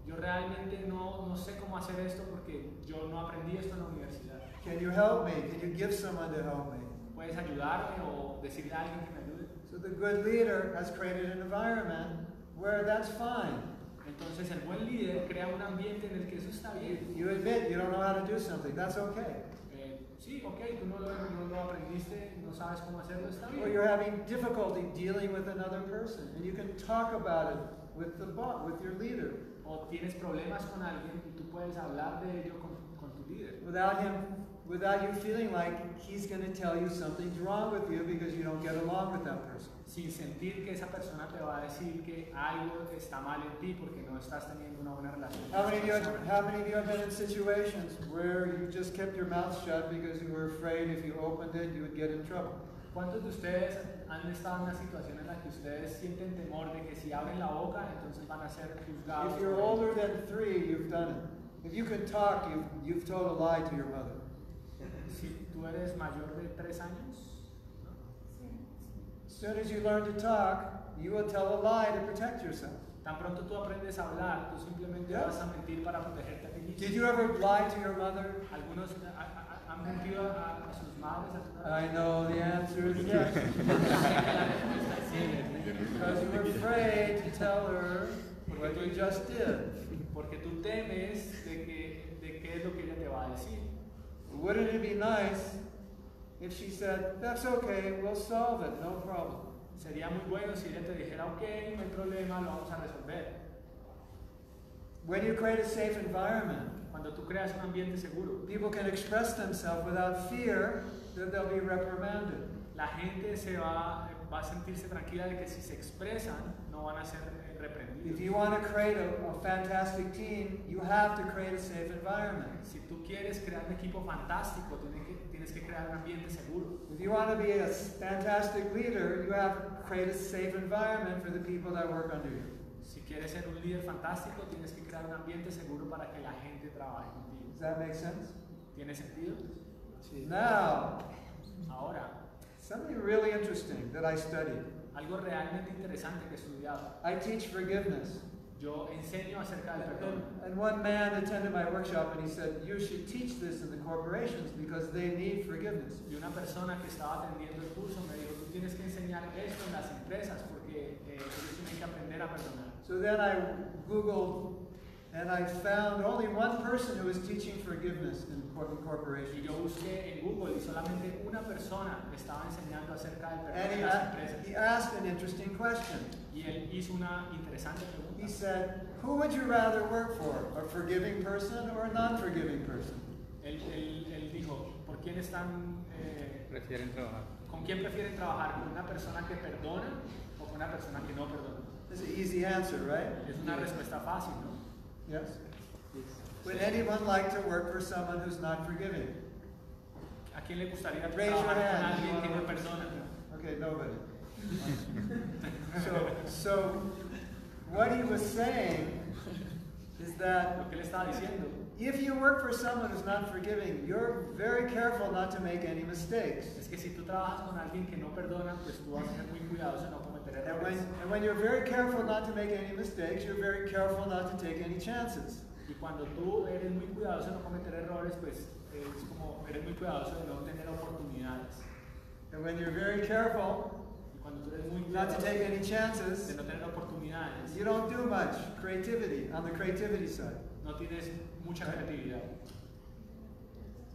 yo realmente no, no sé cómo hacer esto porque yo no aprendí esto en la universidad. Can you help me? Can you give someone to help me? ¿Puedes ayudarme o decirle a alguien que me ayude? So the good leader has created an environment where that's fine. Entonces el buen líder crea un ambiente en el que eso está bien. You admit you don't know how to do something. That's okay. Eh, sí, ok, tú no lo, no lo aprendiste, no sabes cómo hacerlo, está Or bien. you're having difficulty dealing with another person, and you can talk about it with the boss, with your leader, o tienes problemas con alguien y tú puedes hablar de ello con, con tu líder without him, without you feeling like he's going to tell you something's wrong with you because you don't get along with that person. sin sentir que esa persona te va a decir que algo está mal en ti porque no estás teniendo una buena relación. con How esa many of you? persona. How many of you have been in situations where you just kept your mouth shut because you were afraid if you opened it you would get in trouble? ¿Cuántos de ustedes han estado en una situación en la que ustedes sienten temor de que si abren la boca entonces van a ser juzgados? If you're por ello? older than three, you've done it. If you can talk, you've, you've told a lie to your mother. Si tú eres mayor de tres años, ¿no? As soon as you learn to talk, you will tell a lie to protect yourself. tan pronto tú aprendes a hablar, tú simplemente Yeah. vas a mentir para protegerte a ti mismo. Did you ever lie to your mother? Algunos eh, a- a- han mentido a, a sus madres, a sus I know the answer is yes. because you were afraid to tell her what you just did. Porque tú temes de, que, de qué es lo que ella te va a decir. Wouldn't it be nice if she said, That's okay, we'll solve it, no problem? Sería muy bueno si ella te dijera, ok, no hay problema, lo vamos a resolver. When you create a safe environment, Cuando tú creas un ambiente seguro, people can express themselves without fear that they'll be reprimanded. la gente se va, va a sentirse tranquila de que si se expresan, no van a ser eh, If reprendidos. you want to create a, a fantastic team, you have to create a safe environment. Si tú quieres crear un equipo fantástico, tienes que, tienes que crear un ambiente seguro. If you want to be a s- fantastic leader, you have to create a safe environment for the people that work under you. Si quieres ser un líder fantástico, tienes que crear un ambiente seguro para que la gente trabaje contigo. Does that make sense? ¿Tiene sentido? Now, Ahora, something really interesting that I studied. algo realmente interesante que he estudiado. I teach forgiveness. Yo enseño acerca del And, perdón. and one man attended my workshop and he said, You should teach this in the corporations because they need forgiveness. Y una persona que estaba atendiendo el curso me dijo, tú tienes que enseñar esto en las empresas porque eh, ellos tienen que aprender a perdonar. So then I Googled and I found only one person who was teaching forgiveness in cor- in Y corporations. yo busqué en Google y solamente una persona estaba enseñando acerca del perdón And en he, las a- empresas. he asked an interesting question. Y él hizo una interesante He pregunta. said, Who would you rather work for, a forgiving person or a non forgiving person? Él, él- él dijo, ¿por quién están, eh, Prefieren trabajar. con quién prefieren trabajar? ¿Con una persona que perdona o con una persona que no perdona? It's an easy answer, right? Es una respuesta fácil, ¿no? Yes? Would anyone like to work for someone who's not forgiving? ¿A quién le gustaría Raise your trabajar con hand. alguien que no perdona? Okay, nobody. So, so what he was saying is that Lo que él estaba diciendo, if you work for someone who's not forgiving, you're very careful not to make any mistakes. es que si tú trabajas con alguien que no perdona, pues tú vas a ser muy cuidadoso en no cometer And when, errores. and when you're very careful not to make any mistakes, you're very careful not to take any chances. Y cuando tú eres muy cuidadoso en no cometer errores, pues es como eres muy cuidadoso de no tener oportunidades. And when you're very careful Y cuando tú eres muy not to cuidadoso take any de chances, no tener oportunidades, you don't do much creativity on the creativity side. no tienes mucha creatividad.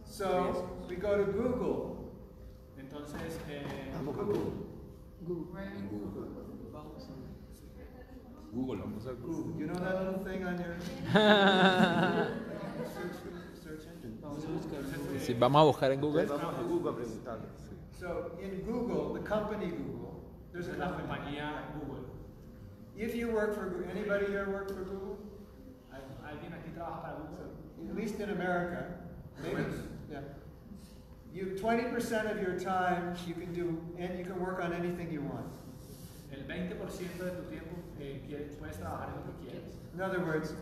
So we go to Google. Entonces, eh, Vamos con Google. Google. Google, vamos a Google. You know that little thing on your search, search engine? eh, Sí, vamos a buscar en Google. Entonces vamos a Google a preguntarle. So in Google, the company Google, there's a entonces la company. compañía Google. If you work for Google, anybody here work for Google? ¿Al- ¿Alguien aquí trabaja para Google? At least in America, maybe, yeah. You, twenty percent of your time, you can do, and you can work on anything you want. El 20% de tu tiempo eh, quieres- puedes trabajar en lo que quieres. In other words,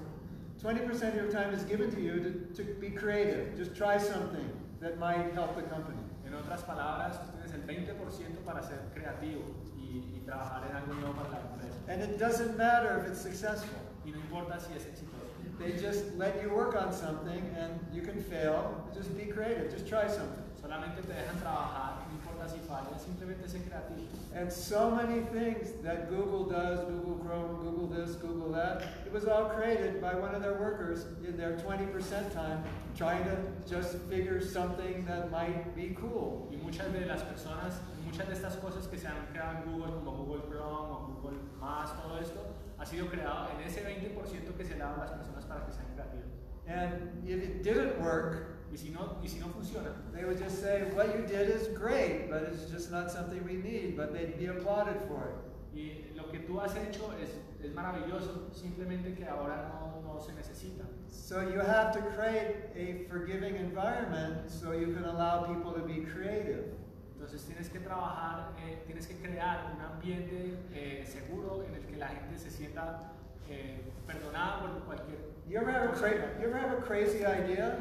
twenty percent of your time is given to you to, to be creative, just try something that might help the company. En otras palabras, tú tienes el 20% para ser creativo y, y trabajar en algo nuevo para la empresa. And it doesn't matter if it's successful. Y no importa si es exitoso. They just let you work on something and you can fail, just be creative, just try something. Solamente te dejan trabajar, no importa si fallas, simplemente sé creativo. And so many things that Google does, Google Chrome, Google this, Google that, it was all created by one of their workers in their 20% time trying to just figure something that might be cool. Y muchas de las personas, muchas de estas cosas que se han creado en Google, como Google Chrome o Google Más, todo esto, ha sido creado en ese 20% que se le da a las personas para que sean creativas. And if it didn't work, Y si no, y si no funciona, they would just say, What you did is great, but it's just not something we need, but they'd be applauded for it. y lo que tú has hecho es, es maravilloso, simplemente que ahora no, no se necesita. So you have to create a forgiving environment so you can allow people to be creative. Entonces tienes que trabajar, eh, tienes que crear un ambiente eh, seguro en el que la gente se sienta eh, perdonada por cualquier... You ever have a, cra- you ever have a crazy idea?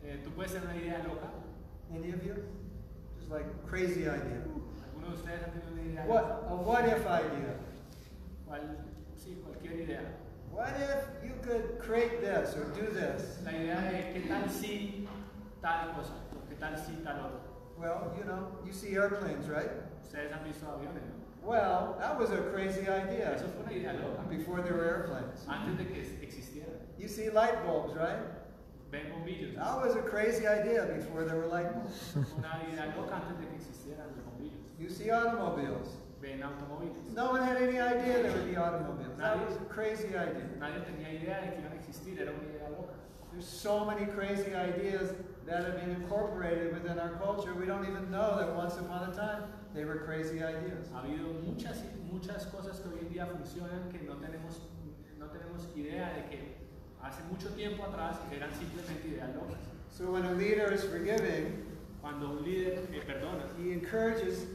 Eh, tú puedes tener una idea loca, Any of you? Just like crazy idea. algunos de ustedes han tenido una idea What loca. a what if idea? Cual- sí, cualquier idea. What if you could create this or do this? La idea de qué tal si tal cosa, o qué tal si tal otra. Well, you know, you see airplanes, right? Ustedes han visto aviones, ¿no? Well, that was a crazy Eso idea fue una idea loca, before there were airplanes. antes de que existiera. You see light bulbs, right? Ven bombillos, That was a crazy idea before there were light bulbs. Fue una idea loca antes de que existieran los bombillos. You see automobiles. Ven automóviles. No one had any idea there would be automobiles. That was a crazy idea. Nadie tenía idea de que iban a existir, era una idea loca. There's so many crazy ideas that have been incorporated within our culture. We don't even know that once upon a time they were crazy ideas. Ha habido muchas, muchas cosas que hoy en día funcionan que no tenemos, no tenemos idea de que hace mucho tiempo atrás eran simplemente ideas locas. So when a leader is forgiving, Cuando un líder eh, perdona, he encourages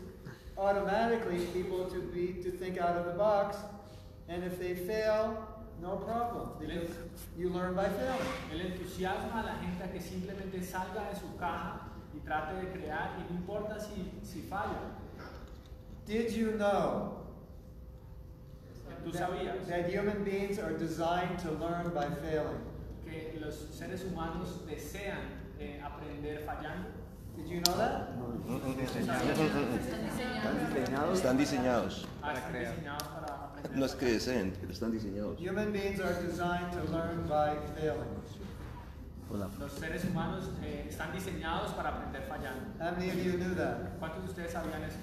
automatically people to be to think out of the box, and if they fail, no problem because you learn by failing. él entusiasma a la gente a que simplemente salga de su caja y trate de crear y no importa si, si falla. Did you know Tú that, sabías that human beings are designed to learn by failing? que los seres humanos desean eh, aprender fallando. Did you know that? Están diseñados. Están diseñados. Ah, Están diseñados para aprender. No es que deseen, pero están diseñados. Human beings are designed to learn by failing. Hola. Los seres humanos eh, están diseñados para aprender fallando. How many of you knew that? ¿Cuántos de ustedes sabían eso?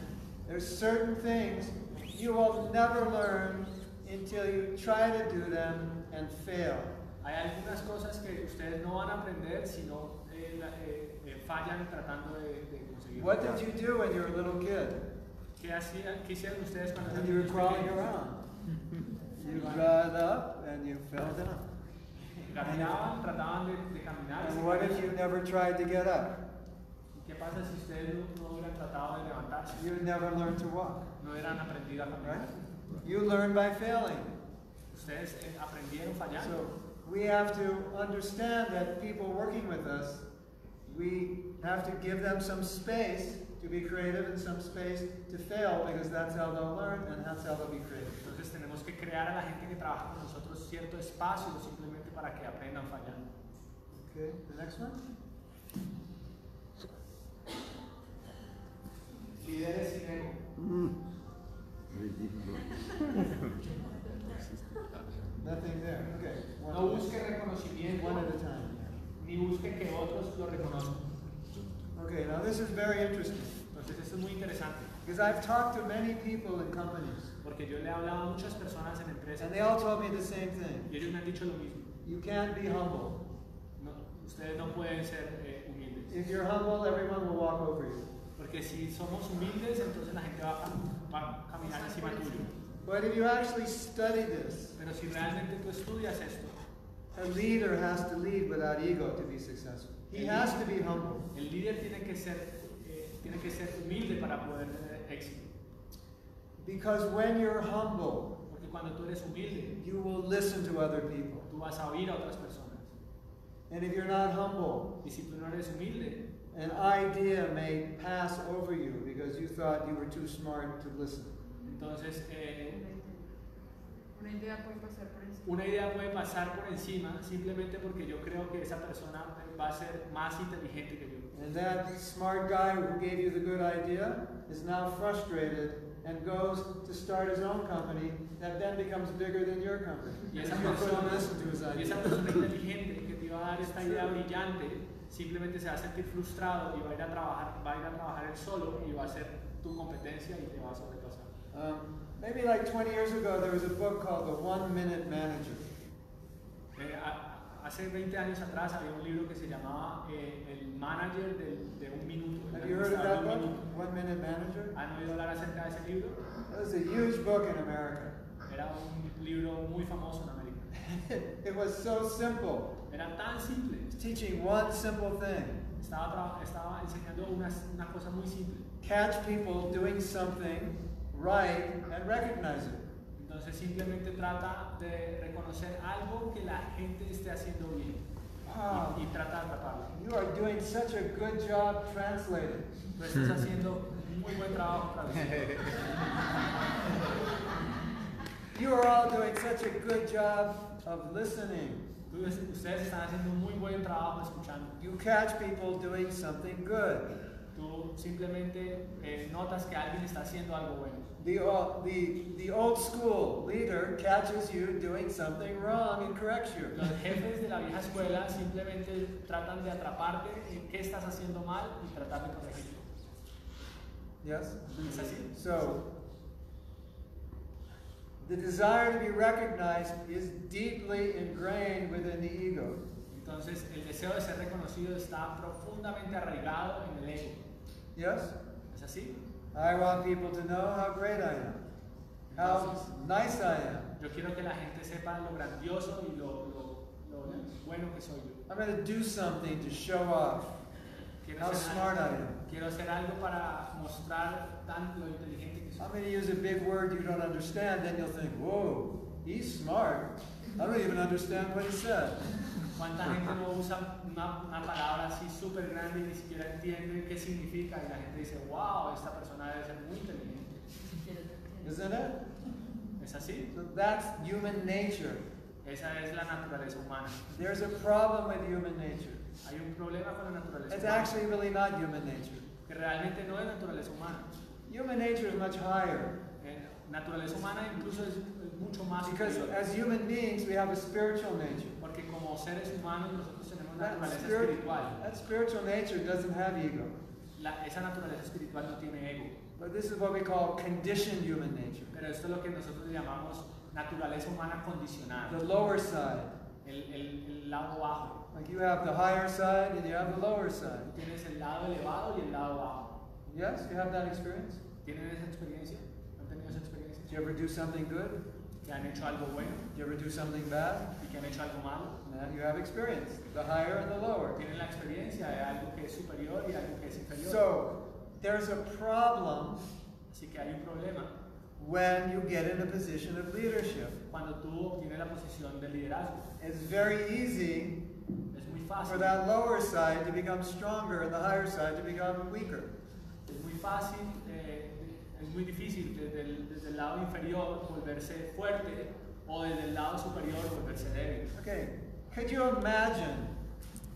There's certain things you will never learn until you try to do them and fail. Hay algunas cosas que ustedes no van a aprender si no eh, la- eh, eh, fallan tratando de, de conseguirlo. What did you do when you were a little kid? ¿Qué, hacían, ¿Qué hicieron ustedes cuando When eran you were niños crawling pequeños? around? You got up and you fell down. Caminaban, trataban de, de caminar. And what if you never tried to get up? ¿Qué pasa si ustedes no, no hubieran tratado de levantarse? You would never learn to walk, No hubieran aprendido a right? caminar. You learn by failing. Ustedes eh, aprendieron fallando. So we have to understand that people working with us, we have to give them some space to be creative and some space to fail because that's how they'll learn and that's how they'll be creative. Entonces tenemos que crear a la gente que trabaja con nosotros cierto espacio simplemente para que aprendan fallando. Okay, the next one? Líderes sin ego. Nothing there, okay. one at No a- busque reconocimiento One at a time. ni busque que otros lo reconozcan. Okay, now this is very interesting Entonces eso es muy interesante because I've talked to many people in companies porque yo le he hablado a muchas personas en empresas and they all told me the same thing. y ellos me han dicho lo mismo. You can't be humble. No, ustedes no pueden ser eh, humildes. If you're humble, everyone will walk over you. Porque si somos humildes, entonces la gente va a, cam- va a caminar encima tuyo. But if you actually study this, Pero si realmente tú estudias esto, a leader has to lead without ego to be successful. He has to be humble. el líder tiene que ser, eh, tiene que ser humilde para poder tener éxito. Because when you're humble, Porque cuando tú eres humilde, you will listen to other people. tú vas a oír a otras personas. And if you're not humble, Y si tú no eres humilde, an idea may pass over you because you thought you were too smart to listen. entonces eh, Una idea puede pasar por encima. una idea puede pasar por encima simplemente porque yo creo que esa persona va a ser más inteligente que yo. And that smart guy who gave you the good idea is now frustrated and goes to start his own company that then becomes bigger than your company. Y You esa couldn't persona, listen to his y esa idea. persona inteligente que te iba a dar esta idea brillante, simplemente se va a sentir frustrado y va a ir a trabajar, va a ir a trabajar él solo y va a ser tu competencia y te va a sobrepasar. Um, maybe like 20 years ago, there was a book called The One Minute Manager. Eh, a- hace 20 años atrás había un libro que se llamaba eh, El Manager del- de un minuto. el Have you heard of that administrador de un book? minuto. One Minute Manager? ¿Han oído hablar acerca de ese libro? It was a huge book in America. Era un libro muy famoso en América. It was so simple. Era tan simple. It's teaching one simple thing Estaba, tra- estaba enseñando una, una cosa muy simple. catch people doing something right and recognize it. Entonces simplemente trata de reconocer algo que la gente esté haciendo bien Wow. y, y trata de atraparlo. You are doing such a good job translating. Tú estás haciendo muy buen trabajo traduciendo. You are all doing such a good job of listening. Tú- Ustedes están haciendo muy buen trabajo escuchando. You catch people doing something good. Tú simplemente eh, notas que alguien está haciendo algo bueno. The, o- the, the old school leader catches you doing something wrong and corrects you. Los jefes de la vieja escuela simplemente tratan de atraparte en qué estás haciendo mal y tratar de corregirlo. Yes? ¿Es así? So, the desire to be recognized is deeply ingrained within the ego. Entonces el deseo de ser reconocido está profundamente arraigado en el ego. Yes? ¿Es así? I want people to know how great I am, how nice I am. Yo quiero que la gente sepa lo grandioso y lo, lo- lo bueno que soy yo. I'm going to do something to show off Quiero how hacer, smart algo, I am. quiero hacer algo para mostrar tan lo inteligente que soy. I'm going to use a big word you don't understand, then you'll think, whoa, he's smart. I don't even understand what he said. ¿Cuánta gente no usa una, una palabra así súper grande y ni siquiera entiende qué significa? Y la gente dice, wow, esta persona debe ser muy inteligente. Isn't it? ¿Es así? So that's human nature. Esa es la naturaleza humana. There's a problem with human nature. Hay un problema con la naturaleza It's humana actually really not human nature. que realmente no es naturaleza humana. Human nature is much higher Eh, naturaleza humana incluso es, es mucho más because superior. as human beings we have a spiritual nature. Porque como seres humanos nosotros tenemos una That, naturaleza spirit- espiritual. that spiritual nature doesn't have ego. La- esa naturaleza espiritual no tiene ego. But this is what we call conditioned human nature, Pero esto es lo que nosotros llamamos naturaleza humana condicionada. the lower side. El, el- el lado bajo. Like you have the higher side and you have the lower side. Tienes el lado elevado y el lado bajo. Yes, you have that experience. ¿Tienen esa experiencia? ¿Han tenido esa experiencia? Did you ever do something good? ¿Que han hecho algo bueno Did you ever do something bad? y que han hecho algo malo? Now you have experience, the higher and the lower. Tienen la experiencia de algo que es superior y algo que es inferior. So there's a problem Así que hay un problema when you get in a position of leadership. cuando tú obtienes la posición de liderazgo. It's very easy Es muy for fácil. that lower side to become stronger and the higher side to become weaker. Es muy fácil, eh, es muy difícil desde el, desde el lado inferior volverse fuerte o desde el lado superior volverse débil. Okay, could you imagine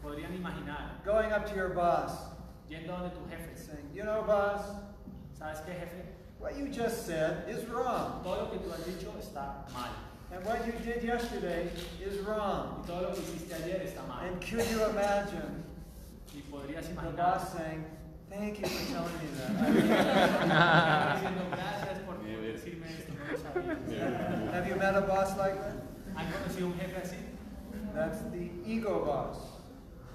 Podrían imaginar going up to your boss yendo donde tu jefe, and saying, You know, boss, ¿sabes qué jefe? what you just said is wrong, Todo lo que tú has dicho está mal. and what you did yesterday is wrong. Y todo lo que hiciste ayer está mal. And could you imagine Y podrías the imaginar boss saying, Thank you for telling me that? diciendo gracias por por decirme esto, no lo sabía. Have you met a boss like that? ¿Han conocido un jefe así? That's the ego boss,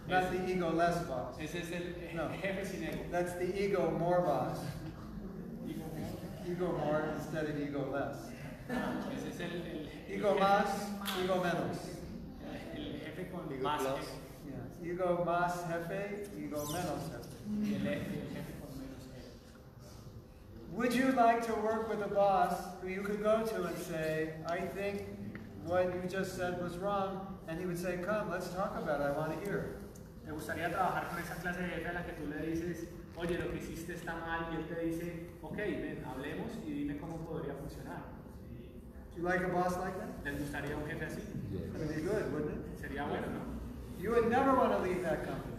not the ego less boss. Ese es el eh, No. jefe sin ego. That's the ego more boss. Ego más. Ego more instead of ego less. Ese es el, el, el Ego jefe- más, ego menos. El jefe con Ego más plus. ego. Yes. Ego más jefe, ego menos jefe. Y el, jefe- el jefe con menos ego. Would you like to work with a boss who you could go to and say, I think what you just said was wrong? And he would say, Come, let's talk about it. I want to hear it. ¿Te gustaría trabajar con esa clase de jefe a la que tú le dices, oye, lo que hiciste está mal? Y él te dice, ok, ven, hablemos y dime cómo podría funcionar. Y Do you like a boss like that? ¿Les gustaría un jefe así? Would be good, wouldn't it? Sería bueno, ¿no? You would never want to leave that company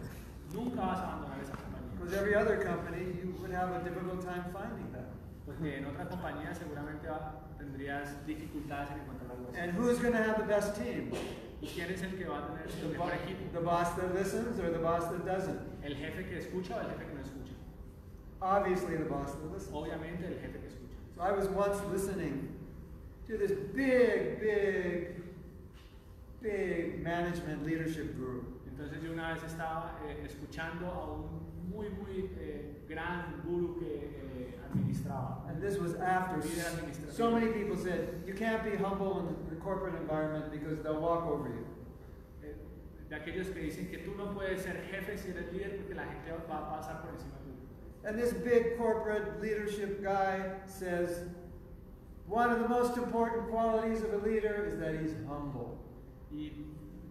Nunca vas a abandonar esa compañía. because every other company, you would have a difficult time finding that. Porque en otra compañía seguramente va- tendrías dificultades en encontrar algo así. And who's going to have the best team? ¿Y quién es el que va a tener The, el bo- mejor equipo? the boss that listens or the boss that doesn't? ¿El jefe que escucha o el jefe que no escucha? Obviously, the boss that listens. Obviamente el jefe que escucha. So I was once listening to this big, big, big management leadership guru. Entonces yo una vez estaba eh, escuchando a un muy, muy eh, gran guru que eh, administraba. And this was after Líder administrativo. so many people said, you can't be humble in the corporate environment because they'll walk over you. Eh, de aquellos que dicen que tú no puedes ser jefe si eres líder porque la gente va a pasar por encima tuyo. And this big corporate leadership guy says, one of the most important qualities of a leader is that he's humble. Y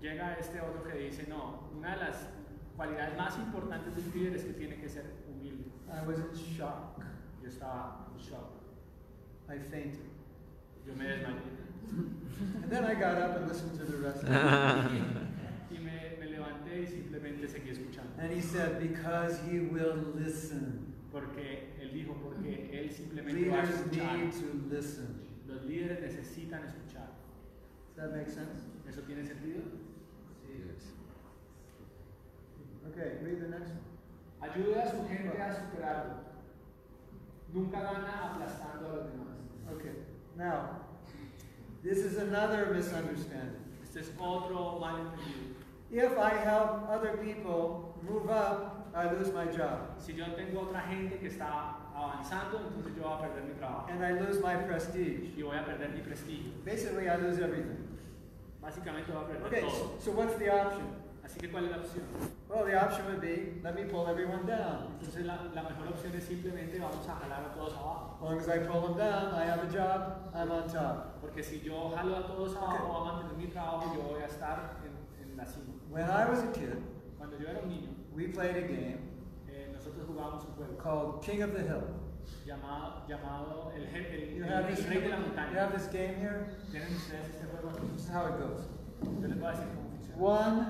llega este otro que dice, no, una de las cualidades más importantes del líder es que tiene que ser humilde. I was in shock. ah, Yo estaba en shock. I fainted. Yo me desmayé. And then I got up and listened to the rest of it. Y me, me levanté y simplemente seguí escuchando. And he said, because he will listen. Porque él dijo, porque él simplemente va a Leaders escuchar. need to listen. Los líderes necesitan escuchar. Does that make sense? ¿Eso tiene sentido? Okay, read the next one. Ayude a su gente a superarlo. Nunca gana aplastando a los demás. Okay, now, this is another misunderstanding. Este es otro malentendido. If I help other people move up, I lose my job. Si yo tengo otra gente que está avanzando, entonces yo voy a perder mi trabajo And I lose my prestige. y voy a perder mi prestigio. Basically, I lose everything. Básicamente voy a perder Okay, todo. so what's the option? Así que ¿cuál es la opción? Well, the option would be let me pull everyone down. Entonces la, la mejor opción es simplemente vamos a jalar a todos abajo. As long as I pull them down, I have a job, I'm on top. Porque si yo jalo a todos abajo, voy a mantener mi trabajo y yo voy a estar en, en la cima. When I was a kid, Cuando yo era un niño, we played a game eh, nosotros jugábamos un juego. called King of the Hill. llamado, llamado el, je- el, You el have this, rey de la you have montaña. this game here? ¿Tienen ustedes este juego? This is how it goes. Yo les voy a decir cómo funciona. One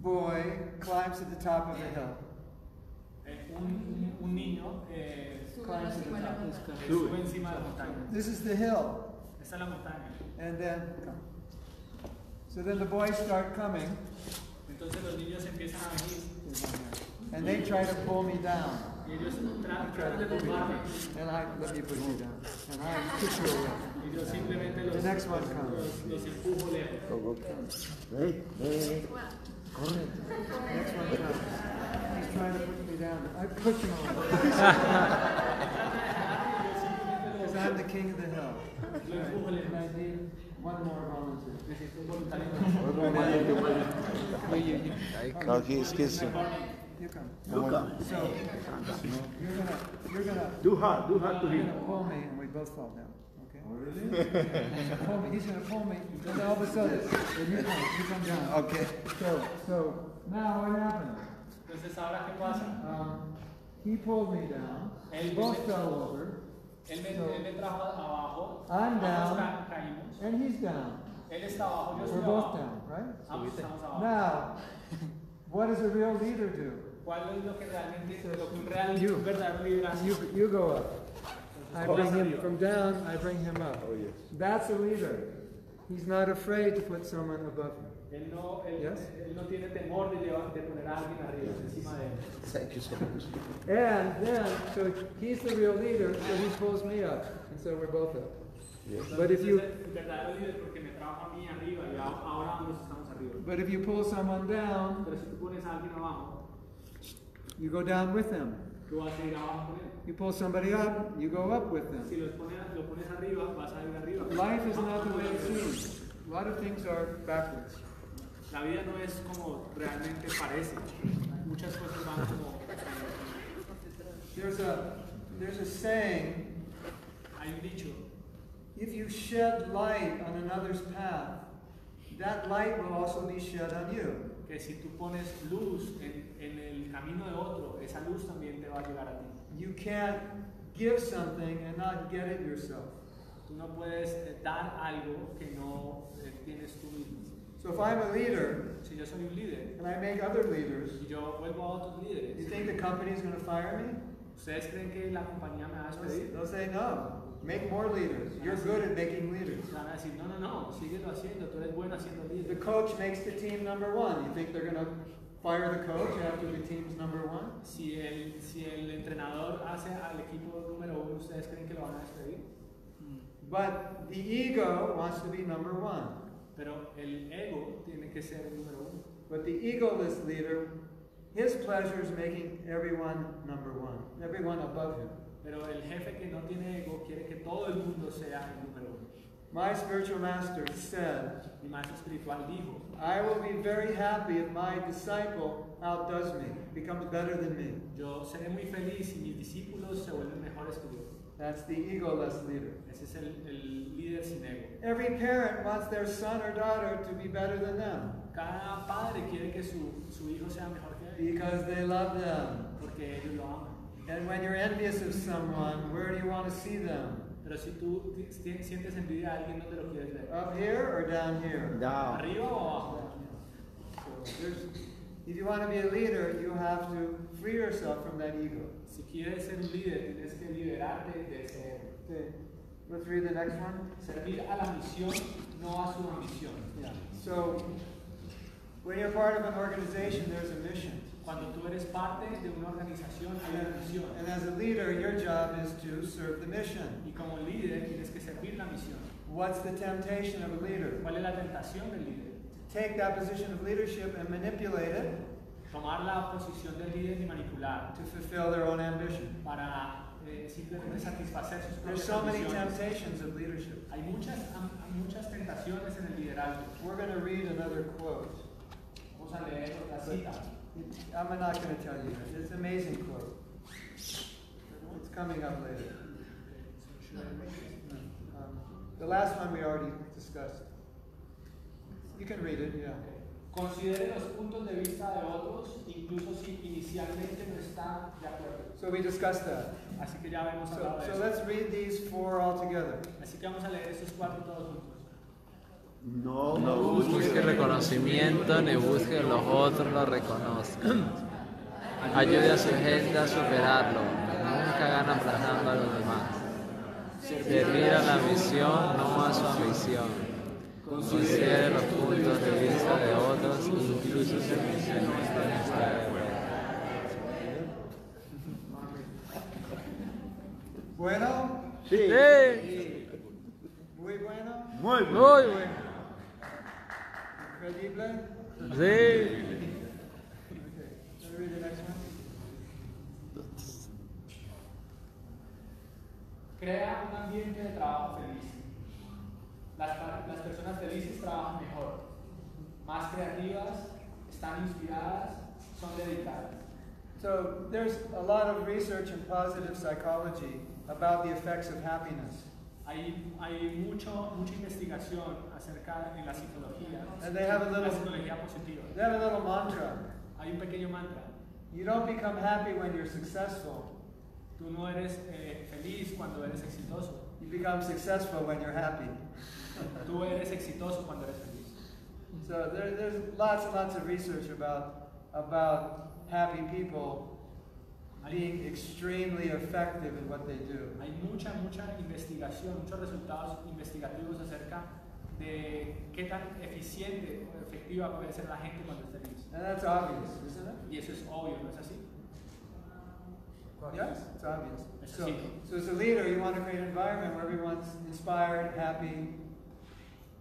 boy climbs to the top of the hill. Eh, un, un niño eh, Climbs to the top. eh, sube encima de la montaña. This is the hill. Esta es la montaña. And then, so then the boys start coming, Entonces los niños empiezan a venir and they try to pull me down. y ellos tra- Try to tratan de pull me tumbarme down. And I, let me put you down. And I took her away. y Yo simplemente The los, next one comes. los- los empujo lejos. Go, go. Ve, ve. Corre. Next one comes. He's trying to put me down. I push him over. Because I'm the king of the hill. Lo empujo Alright, and lejos. I need one more volunteer. Necesito un voluntario. Otro más, otro más. No, he's, he's. You come. Luca. So, you're gonna, you're gonna, Do hard, do hard to you're him. gonna pull me and we both fall down, okay? Pull me, he's gonna pull me, and all of a sudden, then you come, you come down. Okay. So, so, now what happened? Entonces, ¿ahora qué pasa? Um, he pulled me down, we And- both fell over, Él me, él me trajo abajo. I'm Ambos down. ca- caímos. and he's down. Él está abajo, yo We're estoy both abajo. down, right? Ambos estamos abajo. Now, what does a real leader do? ¿Cuál es lo que realmente, lo que un real, un verdadero liderazgo? You, you go up. I bring him from down, I bring him up. That's a leader. He's not afraid to put someone above him. Él no, él, Yes. él no tiene temor de, llevar- de poner a alguien arriba, encima de él. Thank you so much. And then, so he's the real leader, so he pulls me up, and so we're both up. But if you, Entonces, el verdadero líder porque me trajo a mí arriba y a- ahora ambos estamos arriba. but if you pull someone down, Pero si tú pones a alguien abajo, you go down with them. tú vas a ir abajo con él. You pull somebody up, you go up with Si them. los pones, lo pones arriba, vas a ir arriba. Life is not the way it seems. A lot of things are backwards. La vida no es como realmente parece. Muchas cosas van como... eh, There's a, there's a saying, Hay un dicho, if you shed light on another's path, that light will also be shed on you. que si tú pones luz en, en el camino de otro, esa luz también te va a llegar a ti. You can't give something and not get it yourself. Tú no puedes eh, dar algo que no eh, tienes tú mismo. So if I'm a leader Si yo soy un líder and I make other leaders, y yo vuelvo a otros you líderes, think the company's going to fire me? ¿ustedes creen que la compañía me va a despedir? They'll say no. Make more leaders. You're good at making leaders. Van a decir, no, no, no, síguelo haciendo, tú eres bueno haciendo The líder. coach makes the team number one. You think they're going to fire the coach after the team's number one? Si el, si el entrenador hace al equipo número uno, ¿ustedes creen que lo van a despedir? But the ego wants to be number one. Pero el ego tiene que ser el número uno. But the egoless leader, his pleasure is making everyone number one, everyone above him. Pero el jefe que no tiene ego quiere que todo el mundo sea el número uno. My spiritual master said, Mi maestro espiritual dijo, I will be very happy if my disciple outdoes me, becomes better than me. yo seré muy feliz si mis discípulos se vuelven mejores que yo. That's the egoless leader. Ese es el, el líder sin ego. Every parent wants their son or daughter to be better than them Cada padre quiere que su, su hijo sea mejor que él, because they love them. porque ellos lo aman. And when you're envious of someone, where do you want to see them? Pero si tú ti- ti- sientes envidia a alguien, no te lo quieres ver. Up here or down here? Down. ¿Arriba o abajo? There's, if you want to be a leader, you have to free yourself from that ego. Si quieres ser un líder, tienes que liberarte de ese ego. Okay, let's read the next one. Servir a la misión, no a su ambición. Yeah. So, when you're part of an organization, there's a mission. Cuando tú eres parte de una organización, hay una misión. And as a leader, your job is to serve the mission. Y como líder, tienes que servir la misión. What's the temptation of a leader? ¿Cuál es la tentación del líder? Take that position of leadership and manipulate it Tomar la posición del líder y manipular to fulfill their own ambition. para eh, simplemente satisfacer sus There's propias so many ambiciones. temptations of leadership. Hay muchas, am- hay muchas tentaciones en el liderazgo. We're going to read another quote. Vamos a leer otra cita. It- I'm not going to tell you. It's an amazing quote. It's coming up later. Um, the last one we already discussed. You can read it, yeah. Considere los puntos de vista de otros, incluso si inicialmente no está de acuerdo. So we discussed that. Así que ya hemos hablado So, de so eso. let's read these four all together. Así que vamos a leer esos cuatro todos juntos. No, No busque reconocimiento ni busque que los otros lo reconozcan. Ayude a su gente a superarlo. Nunca gana aplastando a los demás. Servir a la misión, no a su ambición. Considere los puntos de vista de otros, incluso si inicialmente no está de acuerdo. Bueno, Sí. muy Muy bueno. Muy bueno. Increíble. Sí. Okay. Can we read the next one? Crea un ambiente de trabajo feliz. Las, pa- las personas felices trabajan mejor, más creativas, están inspiradas, son dedicadas. So there's a lot of research in positive psychology about the effects of happiness. Hay, hay mucho, mucha investigación acerca en la psicología, And they have a la little- psicología positiva. They have a little mantra. Hay un pequeño mantra. You don't become happy when you're successful. Tú no eres eh, feliz cuando eres exitoso. You become successful when you're happy. Tú eres exitoso cuando eres feliz. So there, there's lots and lots of research about about happy people being extremely effective in what they do. Hay mucha, mucha investigación, muchos resultados investigativos acerca de qué tan eficiente o efectiva puede ser la gente cuando es feliz. And that's obvious, isn't it? Y eso es obvio, ¿no es así? Yes, it's obvious. It's So, cheating. so as a leader, you want to create an environment where everyone's inspired, happy,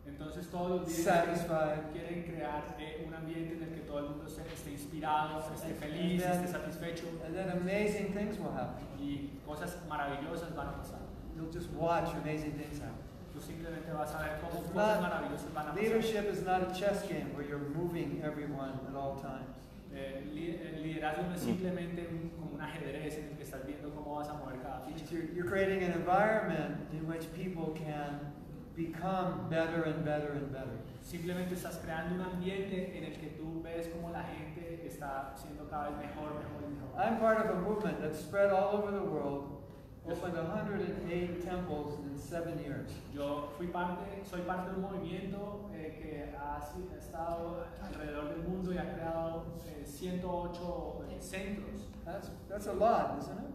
Entonces todos los líderes satisfied, quieren crear eh, un ambiente en el que todo el mundo se- esté inspirado, esté feliz, esté satisfecho and then amazing things will happen. y cosas maravillosas van a pasar. You'll just watch amazing things happen. Tú simplemente vas a ver cómo It's cosas not- maravillosas van a pasar. Leadership is not a chess game where you're moving everyone at all times. Eh, li- el liderazgo no es simplemente un- como un ajedrez en el que estás viendo cómo vas a mover cada ficha. It's You're, you're creating an environment in which people can become better and better and better. Simplemente estás creando un ambiente en el que tú ves cómo la gente está siendo cada vez mejor, mejor y mejor. I'm part of a movement that's spread all over the world, opened 108 temples in seven years. Yo fui parte, soy parte de un movimiento eh, que ha, si- ha estado alrededor del mundo y ha creado eh, 108 centros That's, that's a lot, isn't it?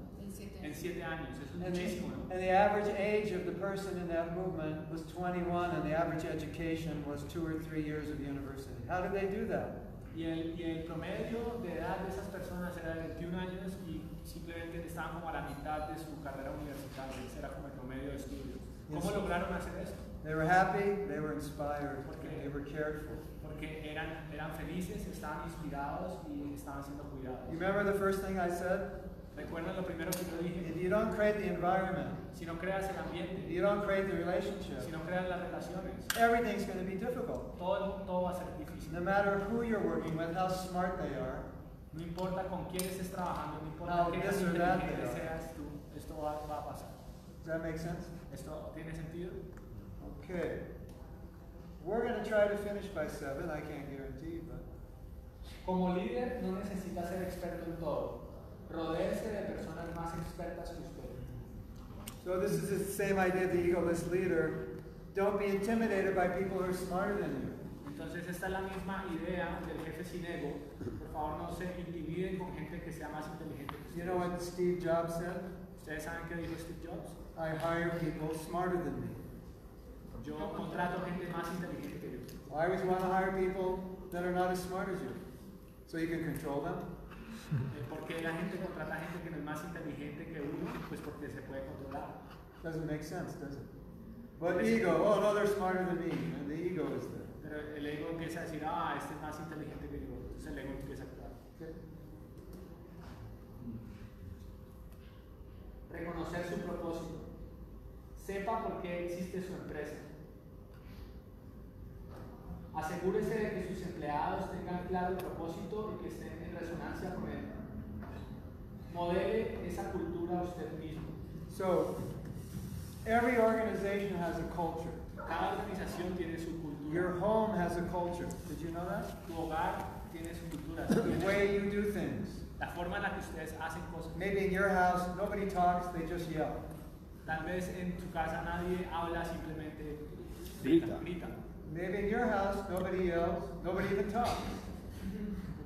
en 7 años. Es And the, muchísimo. ¿no? and the average age of the person in that movement was 21, and the average education was two or three years of university. How do they do that? Y el, y el promedio de edad de esas personas era de 21 años y simplemente estaban como a la mitad de su carrera universitaria, ese era como el promedio de estudios. ¿Cómo Yes. lograron hacer esto? They were happy, they were inspired, Okay. they were cared for. Porque eran, eran felices, estaban inspirados y estaban siendo cuidados. You remember the first thing I said? Recuerda lo primero que yo dije, If you don't create the environment, si no creas el if ambiente, you don't create the relationship, si no creas las relaciones, everything's going to be difficult. todo, todo va a ser difícil. No matter who you're working with, how smart they are, No importa con quién estés trabajando, no importa No, qué this tan or that, inteligente pero- seas tú, esto va, va a pasar. does that make sense? ¿Esto tiene sentido? Okay. We're going to try to finish by 7. I can't guarantee, but. Como líder no necesita ser experto en todo. Rodéese de personas más expertas que usted. So this is the same idea of the egoless leader. Don't be intimidated by people who are smarter than you. Entonces esta es la misma idea del jefe sin ego. Por favor no se intimiden con gente que sea más inteligente que You know ustedes. what Steve Jobs said? ¿Ustedes saben qué dijo Steve Jobs? I hire people smarter than me. Yo contrato gente más inteligente que yo. I always want to hire people that are not as smart as you, so you can control them. Eh, ¿Por qué la gente contrata gente que no es más inteligente que uno? Pues porque se puede controlar. Doesn't make sense, does it? But ego, oh no, they're smarter than me. And the ego is there. Pero el ego empieza a decir, ah, este es más inteligente que yo. Entonces el ego empieza a actuar. Okay. Reconocer su propósito. Sepa por qué existe su empresa. Asegúrese de que sus empleados tengan claro el propósito y que estén en resonancia con él. Modele esa cultura a usted mismo. So every organization has a culture. Cada organización tiene su Your cultura. home has a culture. Did you know that? Tu hogar tiene su cultura. The way you do things. La forma en la que ustedes hacen cosas. Maybe in your house, nobody talks, they just yell. Tal vez en su casa nadie habla, simplemente Grita. grita. Maybe in your house, nobody yells, nobody even talks.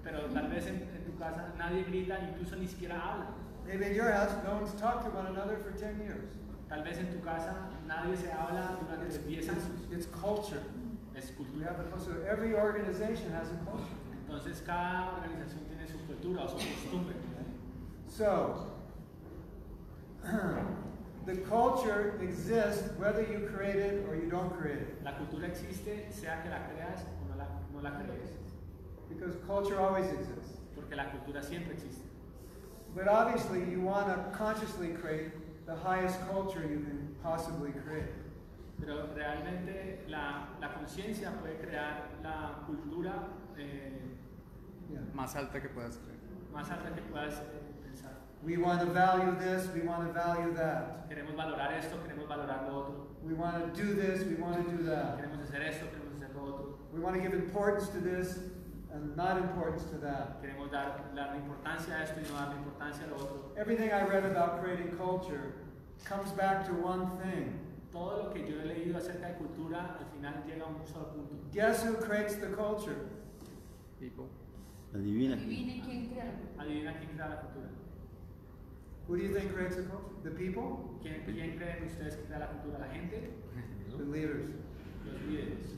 Pero tal vez en, en tu casa nadie grita, incluso ni siquiera habla. Maybe in your house, no one's talked to one another for 10 years. Tal vez en tu casa nadie se habla durante 10 años. It's culture. Es You cultura. have a culture. Every organization has a culture. Entonces cada organización tiene su cultura o su costumbre. So, the culture exists whether you create it or you don't create it. La cultura existe, sea que la creas o no la, no la crees, Because culture always exists. porque la cultura siempre existe. But obviously, you want to consciously create the highest culture you can possibly create. Pero realmente la, la conciencia puede crear la cultura eh, Yeah. Más alta que puedas creer. más alta que puedas eh, pensar. We want to value this, we want to value that. Queremos valorar esto, queremos valorar lo otro. We want to do this, we want to do that. Queremos hacer esto, queremos hacer lo otro. We want to give importance to this and not importance to that. Queremos dar, darle importancia a esto y no darle importancia a lo otro. Everything I read about creating culture comes back to one thing. Todo lo que yo he leído acerca de cultura al final llega a un solo punto. Guess who creates the culture? People. Adivina. Adivinen quién crea la cultura. Adivina quién crea la cultura. Who do you think creates the culture? The people? ¿Quién, quién creen ustedes que crea la cultura? ¿La gente? The leaders. Los líderes.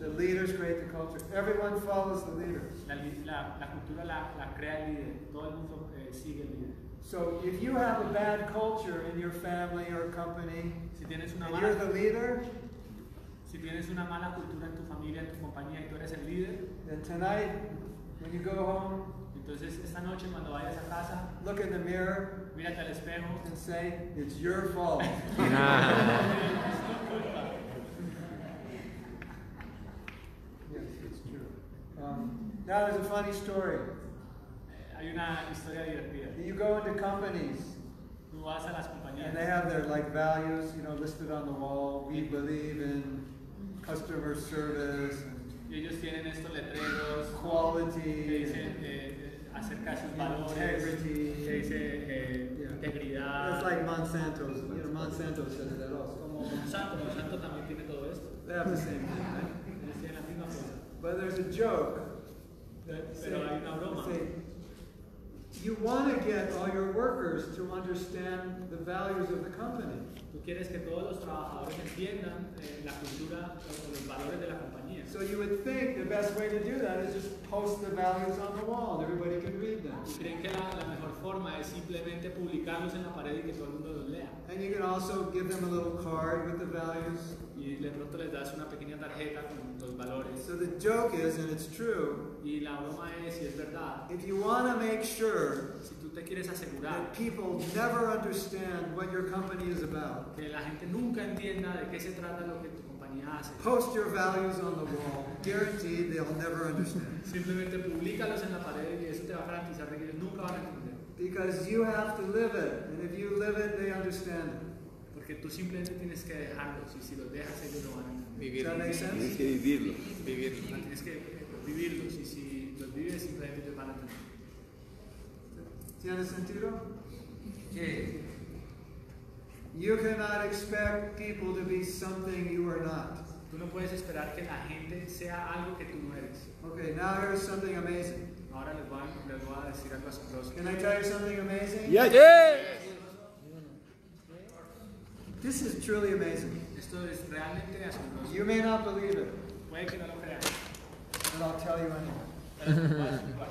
The leaders create the culture. Everyone follows the leaders. La, li- la- la cultura la, la crea el líder. Todo el mundo eh, sigue el líder. So if you have a bad culture in your family or company, Si tienes, una and you're mala, the leader, si tienes una mala cultura en tu familia, en tu compañía y tú eres el líder, then tonight, when you go home, entonces esta noche cuando vayas a casa, look in the mirror mírate al espejo. and say, It's your fault. yes, it's true. Um, now there's a funny story. Eh, Hay una historia divertida. You go into companies, Tú vas a las and they compañías have their like values, you know, listed on the wall. We believe in customer service and y ellos tienen estos letreros. que quality. dice and- eh, acerca de sus valores, Integrity. que dice eh, Yeah. It's like integridad. Monsanto's. You know, Monsanto says that also. Monsanto, Monsanto también tiene todo esto. They have the same thing, right? Ellos tienen la misma cosa. But there's a joke. Pero Say- hay una broma. say, you want to get all your workers to understand the values of the company. Tú quieres que todos los trabajadores entiendan eh, la cultura o los valores de la compañía. So you would think the best way to do that is just post the values on the wall and everybody can read them. Y creen que la, la mejor forma es simplemente publicarlos en la pared y que todo el mundo los lea. And you can also give them a little card with the values. Y de pronto les das una pequeña tarjeta con los valores. So the joke is, and it's true, Y la broma es, y es verdad, if you want to make sure si tú te quieres asegurar that people never understand what your company is about, que la gente nunca entienda de qué se trata lo que tu compañía hace, Post your values on the wall. Guaranteed they'll never understand. Simplemente publícalos en la pared y eso te va a garantizar de que ellos nunca van a entender. Because you have to live it. And if you live it, they understand it. Porque tú simplemente tienes que dejarlos y si los dejas ellos no van a entender. Does that Vivirlo. make sense? Tienes que vivirlo. O Vivirlo. sea, tienes que eh, vivirlos y si los vives simplemente ellos van a entender. Tiene sentido? You cannot expect people to be something you are not. Tú no puedes esperar que la gente sea algo que tú no eres. Okay, now here's something amazing. Ahora les voy a, les voy a decir algo asombroso. Can I tell you something amazing? This is truly amazing. Esto es realmente asombroso. You may not believe it, Puede que no lo crean. but I'll tell you anyway. pero les voy a decir igual.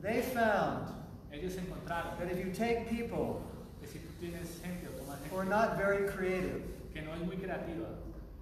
They found Ellos encontraron that if you take people que si tú tienes gente o tomas who are gente not very creative, que no es muy creativa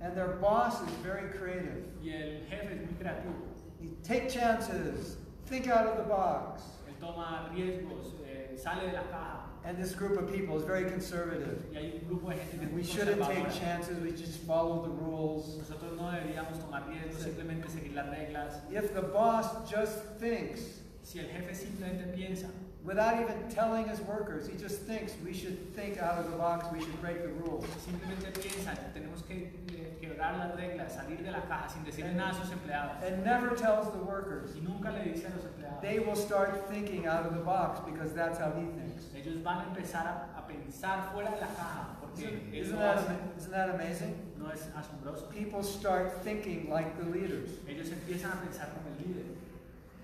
and their boss is very creative, y el jefe es muy creativo, You take chances, think out of the box. Él toma riesgos, eh, sale de la caja. And this group of people is very conservative. Y hay un grupo de gente que es And muy we shouldn't take conservadora. chances, we just follow the rules. Nosotros no deberíamos tomar riesgos, simplemente seguir las reglas. If the boss just thinks, Si el jefe simplemente piensa, without even telling his workers, he just thinks we should think out of the box, we should break the rules. pues simplemente piensa que tenemos que eh, quebrar las reglas, salir de la caja sin decirle nada a sus empleados. And never tells the workers, Y nunca le dice a los empleados. they will start thinking out of the box because that's how he thinks. Ellos van a empezar a, a pensar fuera de la caja, porque eso Isn't that, ama- isn't that amazing? no es asombroso. People start thinking like the leaders. Ellos empiezan a pensar como el líder.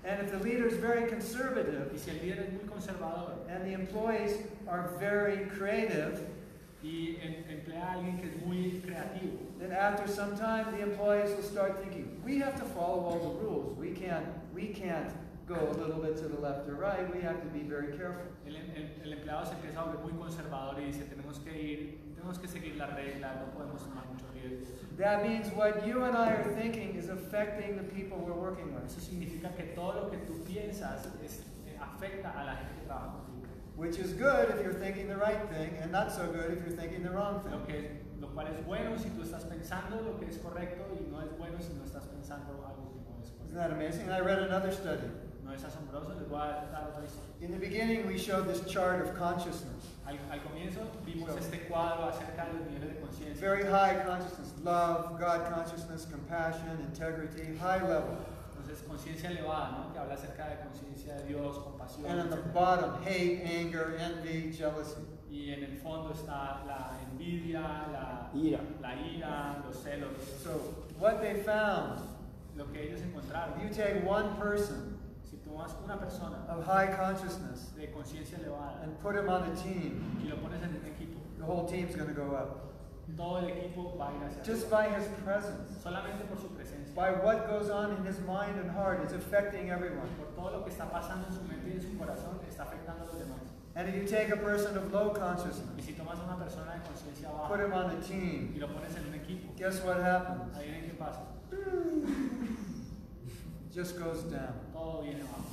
And if the leader is very conservative, Y si el líder es muy conservador, And the employees are very creative. y em- emplea a alguien que es muy creativo. Then after some time, the employees will start thinking, "We have to follow all the rules. We can't. We can't go a little bit to the left or right, we have to be very careful. El, em, el- el empleado se empieza a volver muy conservador y dice, tenemos que ir, tenemos que seguir las reglas, no podemos tomar muchos riesgos. That means what you and I are thinking is affecting the people we're working with, Eso significa que todo lo que tú piensas es- eh, afecta a la gente que trabaja contigo. which is good if you're thinking the right thing, and not so good if you're thinking the wrong Lo, thing. que, lo cual es bueno si tú estás pensando lo que es correcto y no es bueno si no estás pensando algo que no es Isn't correcto. that amazing? I read another study. No es asombroso, les voy a dar otra historia. In the beginning, we showed this chart of consciousness. Al, al comienzo vimos este cuadro acerca de los niveles de It's conciencia. very high consciousness, love, God consciousness, compassion, integrity, high level. Entonces, conciencia elevada, ¿no? Que habla acerca de conciencia de Dios, compasión. And on the etcétera. bottom, hate, anger, envy, jealousy. Y en el fondo está la envidia, la Ira. la ira, los celos. So what they found, Lo que ellos if you encontraron. take one person Si tomas una persona of high consciousness de conciencia elevada and put him on a team, y lo pones en un equipo, the whole team's going to go up. todo el equipo va a ir hacia Just arriba. by his presence, Solamente por su presencia. by what goes on in his mind and heart, it's affecting everyone. Por todo lo que está pasando en su mente y en su corazón, está afectando a los demás. And if you take a person of low consciousness, Y si tomas a una persona de conciencia put baja him on a y team, lo pones en un equipo, guess what happens? adivinen qué pasa. Just goes down. Todo viene abajo.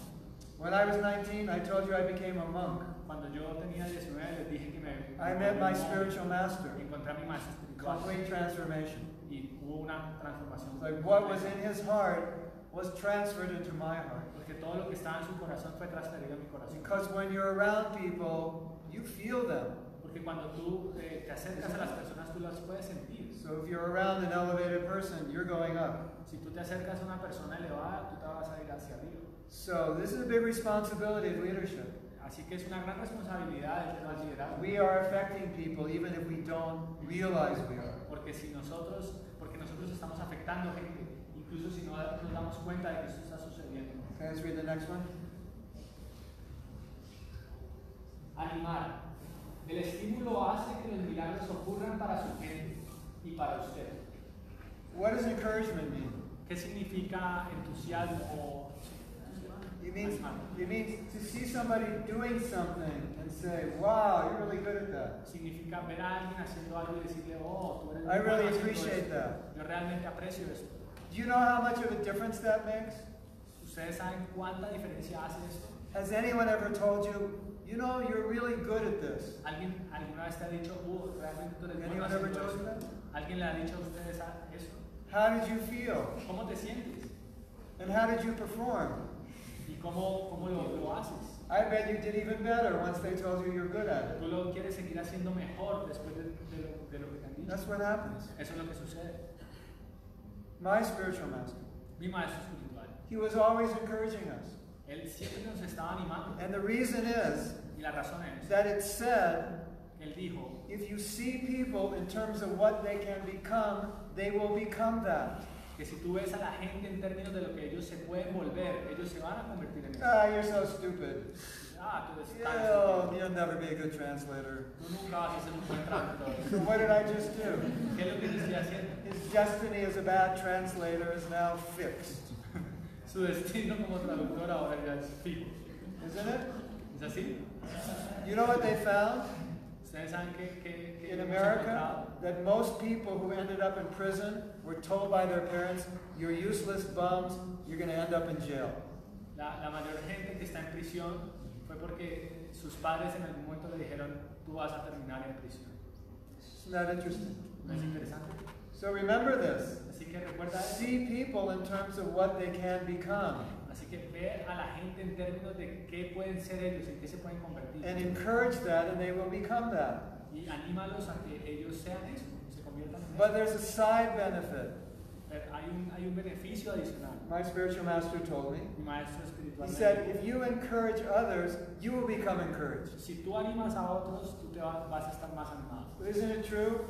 When I was 19, I told you I became a monk. Cuando yo tenía 19 les dije que me... I met my spiritual master. Encontré a mi maestro espiritual Complete transformation. y hubo una transformación. Like what was in his heart was transferred into my heart. Porque todo lo que estaba en su corazón fue transferido a mi corazón. Because when you're around people, you feel them. Porque cuando tú eh, te acercas a las personas, tú las puedes sentir. So if you're around an elevated person, you're going up. Si tú te acercas a una persona elevada, tú te vas a ir hacia arriba. So this is a big responsibility of leadership. Así que es una gran responsabilidad el tema liderazgo. We are affecting people even if we don't realize we are. Porque si nosotros, porque nosotros estamos afectando gente, incluso si no nos damos cuenta de que esto está sucediendo. Okay, let's read the next one. Animar. El estímulo hace que los milagros ocurran para su gente y para usted. What does encouragement mean? ¿Qué significa entusiasmo? It means, it means to see somebody doing something and say, wow, you're really good at that. Significa ver a alguien haciendo algo y decirle, oh, tú eres muy I bueno really haciendo appreciate esto". that. Yo realmente aprecio esto. Do you know how much of a difference that makes? ¿Ustedes saben cuánta diferencia hace esto? Has anyone ever told you, you know, you're really good at this? ¿Alguien alguna vez te ha dicho, oh, realmente tú eres bueno Anyone ever haciendo told you esto"? that? ¿Alguien le ha dicho a ustedes a- eso? How did you feel? ¿Cómo te sientes? And how did you perform? ¿Y cómo, cómo lo, lo haces? I bet you did even better once they told you you're good at it. ¿Tú lo quieres seguir haciendo mejor después de, de lo, de lo que te han dicho? That's what happens. Eso es lo que sucede. My spiritual master, Mi maestro espiritual, he was always encouraging us. él siempre nos estaba animando. And the reason is Y la razón es, that it said, él dijo, if you see people in terms of what they can become, they will become that. que si tú ves a la gente en términos de lo que ellos se pueden volver, ellos se van a convertir en eso. Ah, you're so stupid. Ah, tú eres tan Yeah, estúpido. you'll never be a good translator. Tú nunca vas a ser un buen traductor. So what did I just do? ¿Qué es lo que yo estoy haciendo? His destiny as a bad translator is now fixed, Su destino como traductor ahora ya es fijo. isn't it? ¿Es así? You know what they found ¿Ustedes saben qué, qué, qué in hemos America? encontrado? That most people who ended up in prison were told by their parents, You're useless bums, you're going to end up in jail. La, la mayor gente que está en prisión fue porque sus padres en algún momento le dijeron, tú vas a terminar en prisión. Isn't that interesting? ¿No es interesante? So remember this Así que recuerda eso. see people in terms of what they can become Así que ve a la gente en términos de qué pueden ser ellos, en qué se pueden convertir. and encourage that, and they will become that. Y anímalos a que ellos sean eso, se conviertan en But eso. there's a side benefit. Pero hay un, hay un beneficio adicional. My spiritual master told me. Mi maestro He espiritual me said, dijo, If you encourage others, you will become encouraged. si tú animas a otros, tú te va- vas a estar más animado. Isn't it true?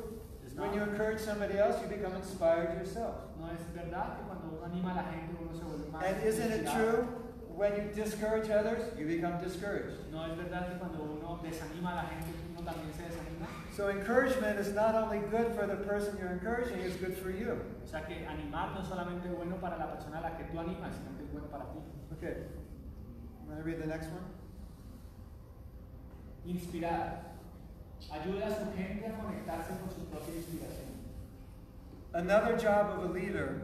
Es When you nada. encourage somebody else, you become inspired yourself. No es verdad que cuando uno anima a la gente uno se vuelve más And isn't it inspirado? true? When you discourage others, you become discouraged. No es verdad que cuando uno desanima a la gente uno también se desanima. So encouragement is not only good for the person you're encouraging, it's good for you. O sea que animar no es solamente bueno para la persona a la que tú animas, sino que es bueno para ti. Okay. Want to read the next one? Inspirar. Ayuda a su gente a conectarse con su propia inspiración. Another job of a leader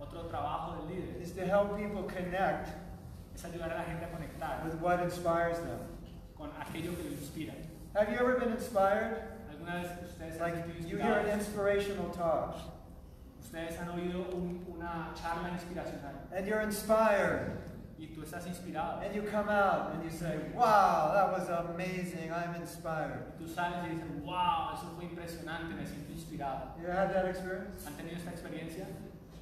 Otro trabajo del líder is to help people connect es ayudar a la gente a conectar with what inspires them. con aquello que lo inspira. Have you ever been inspired? ¿Alguna vez ustedes se han Like sentido you hear an inspirados? inspirational talk Ustedes han oído un- una charla inspiracional and you're inspired y tú estás inspirado. and you come out and you say, Wow, that was amazing, I'm inspired. Tú sales y dices, wow, eso fue impresionante, me siento inspirado. You had that experience? ¿Han tenido esta experiencia?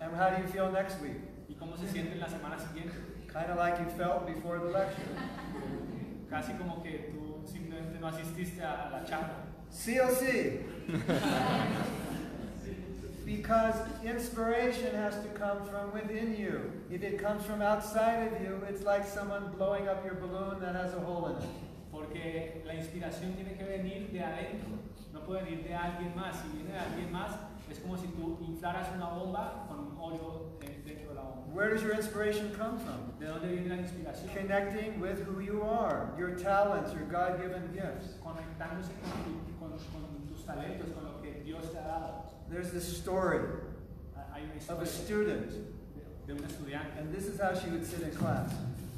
And how do you feel next week? ¿Y cómo se sienten la semana siguiente? Kind of like you felt before the lecture. Casi como que tú simplemente no asististe a, a la charla. CLC. because inspiration has to come from within you. If it comes from outside of you, it's like someone blowing up your balloon that has a hole in it. Porque la inspiración tiene que venir de adentro, no puede venir de alguien más. Si viene de alguien más, es como si tú inflaras una bomba con un hoyo eh, dentro de la bomba. Where does your inspiration come from? ¿De dónde viene la inspiración? Connecting with who you are, your talents, your God given gifts. Conectándose con, tu- con- con tus talentos, con lo que Dios te ha dado. There's this story Ah, Hay una of historia a student, de un estudiante and this is how she would sit in class.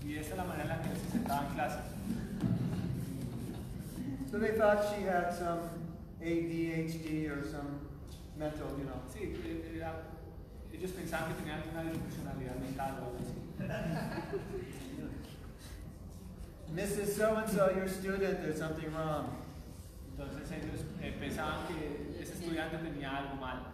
y esa es la manera en la que él se sentaba en clase. So they thought she had some ADHD or some mental, you know, Sí, eh, era- ellos pensaban que tenían una disfuncionalidad mental o algo así. Mrs. So and so, your student, there's something wrong. Entonces ellos eh, pensaban que ese estudiante tenía algo mal.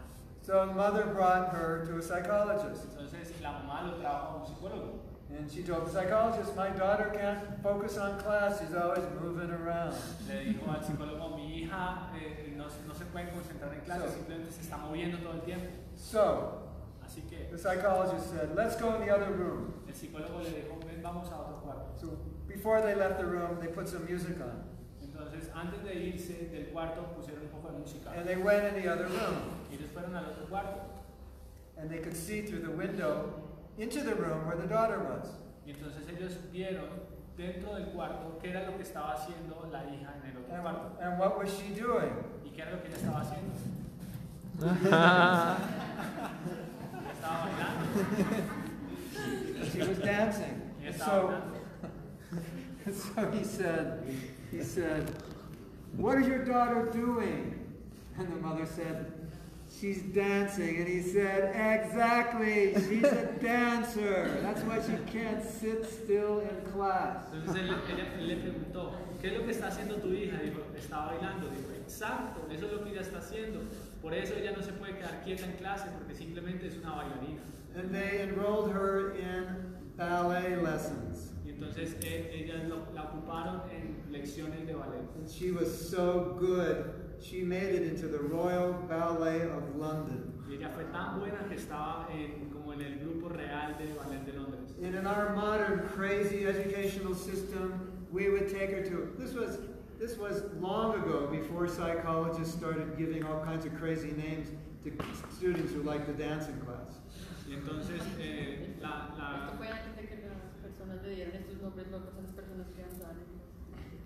So mother brought her to a psychologist, Entonces la mamá lo trajo a un psicólogo. and she told the psychologist, "My daughter can't focus on class; she's always moving around." Le dijo al psicólogo, mi hija eh, no, se- no se puede concentrar en clase, Sí. simplemente se está moviendo todo el tiempo. So Así que the psychologist said, "Let's go in the other room." el psicólogo le dijo, ven, vamos a otro cuarto. So before they left the room, they put some music on, Entonces antes de irse del cuarto pusieron un poco de música. and they went in the other room, Ellos fueron al otro cuarto and they could see through the window into the room where the daughter was. y entonces ellos vieron dentro del cuarto qué era lo que estaba haciendo la hija en el otro And, cuarto and what was she doing? y qué era lo que ella estaba haciendo. Estaba bailando. She was dancing. Ella estaba So bailando. So he said, he said, what is your daughter doing? And the mother said, she's dancing. And he said, exactly, she's a dancer. That's why she can't sit still in class. Entonces él, ella- él le preguntó, ¿qué es lo que está haciendo tu hija? Dijo, está bailando. Dijo, exacto, eso es lo que ella está haciendo. Por eso ella no se puede quedar quieta en clase porque simplemente es una bailarina. And they enrolled her in ballet lessons. Y entonces eh, ellas lo- la ocuparon en lecciones de ballet. And she was so good, she made it into the Royal Ballet of London. Y ella fue tan buena que estaba en- como en el grupo real de ballet de Londres. And in our modern crazy educational system, we would take her to this was this was long ago before psychologists started giving all kinds of crazy names to students who like to dance in class. Y entonces eh, la- la, Esto fue antes de que las personas le dieran estos nombres locos a las personas que danzaban.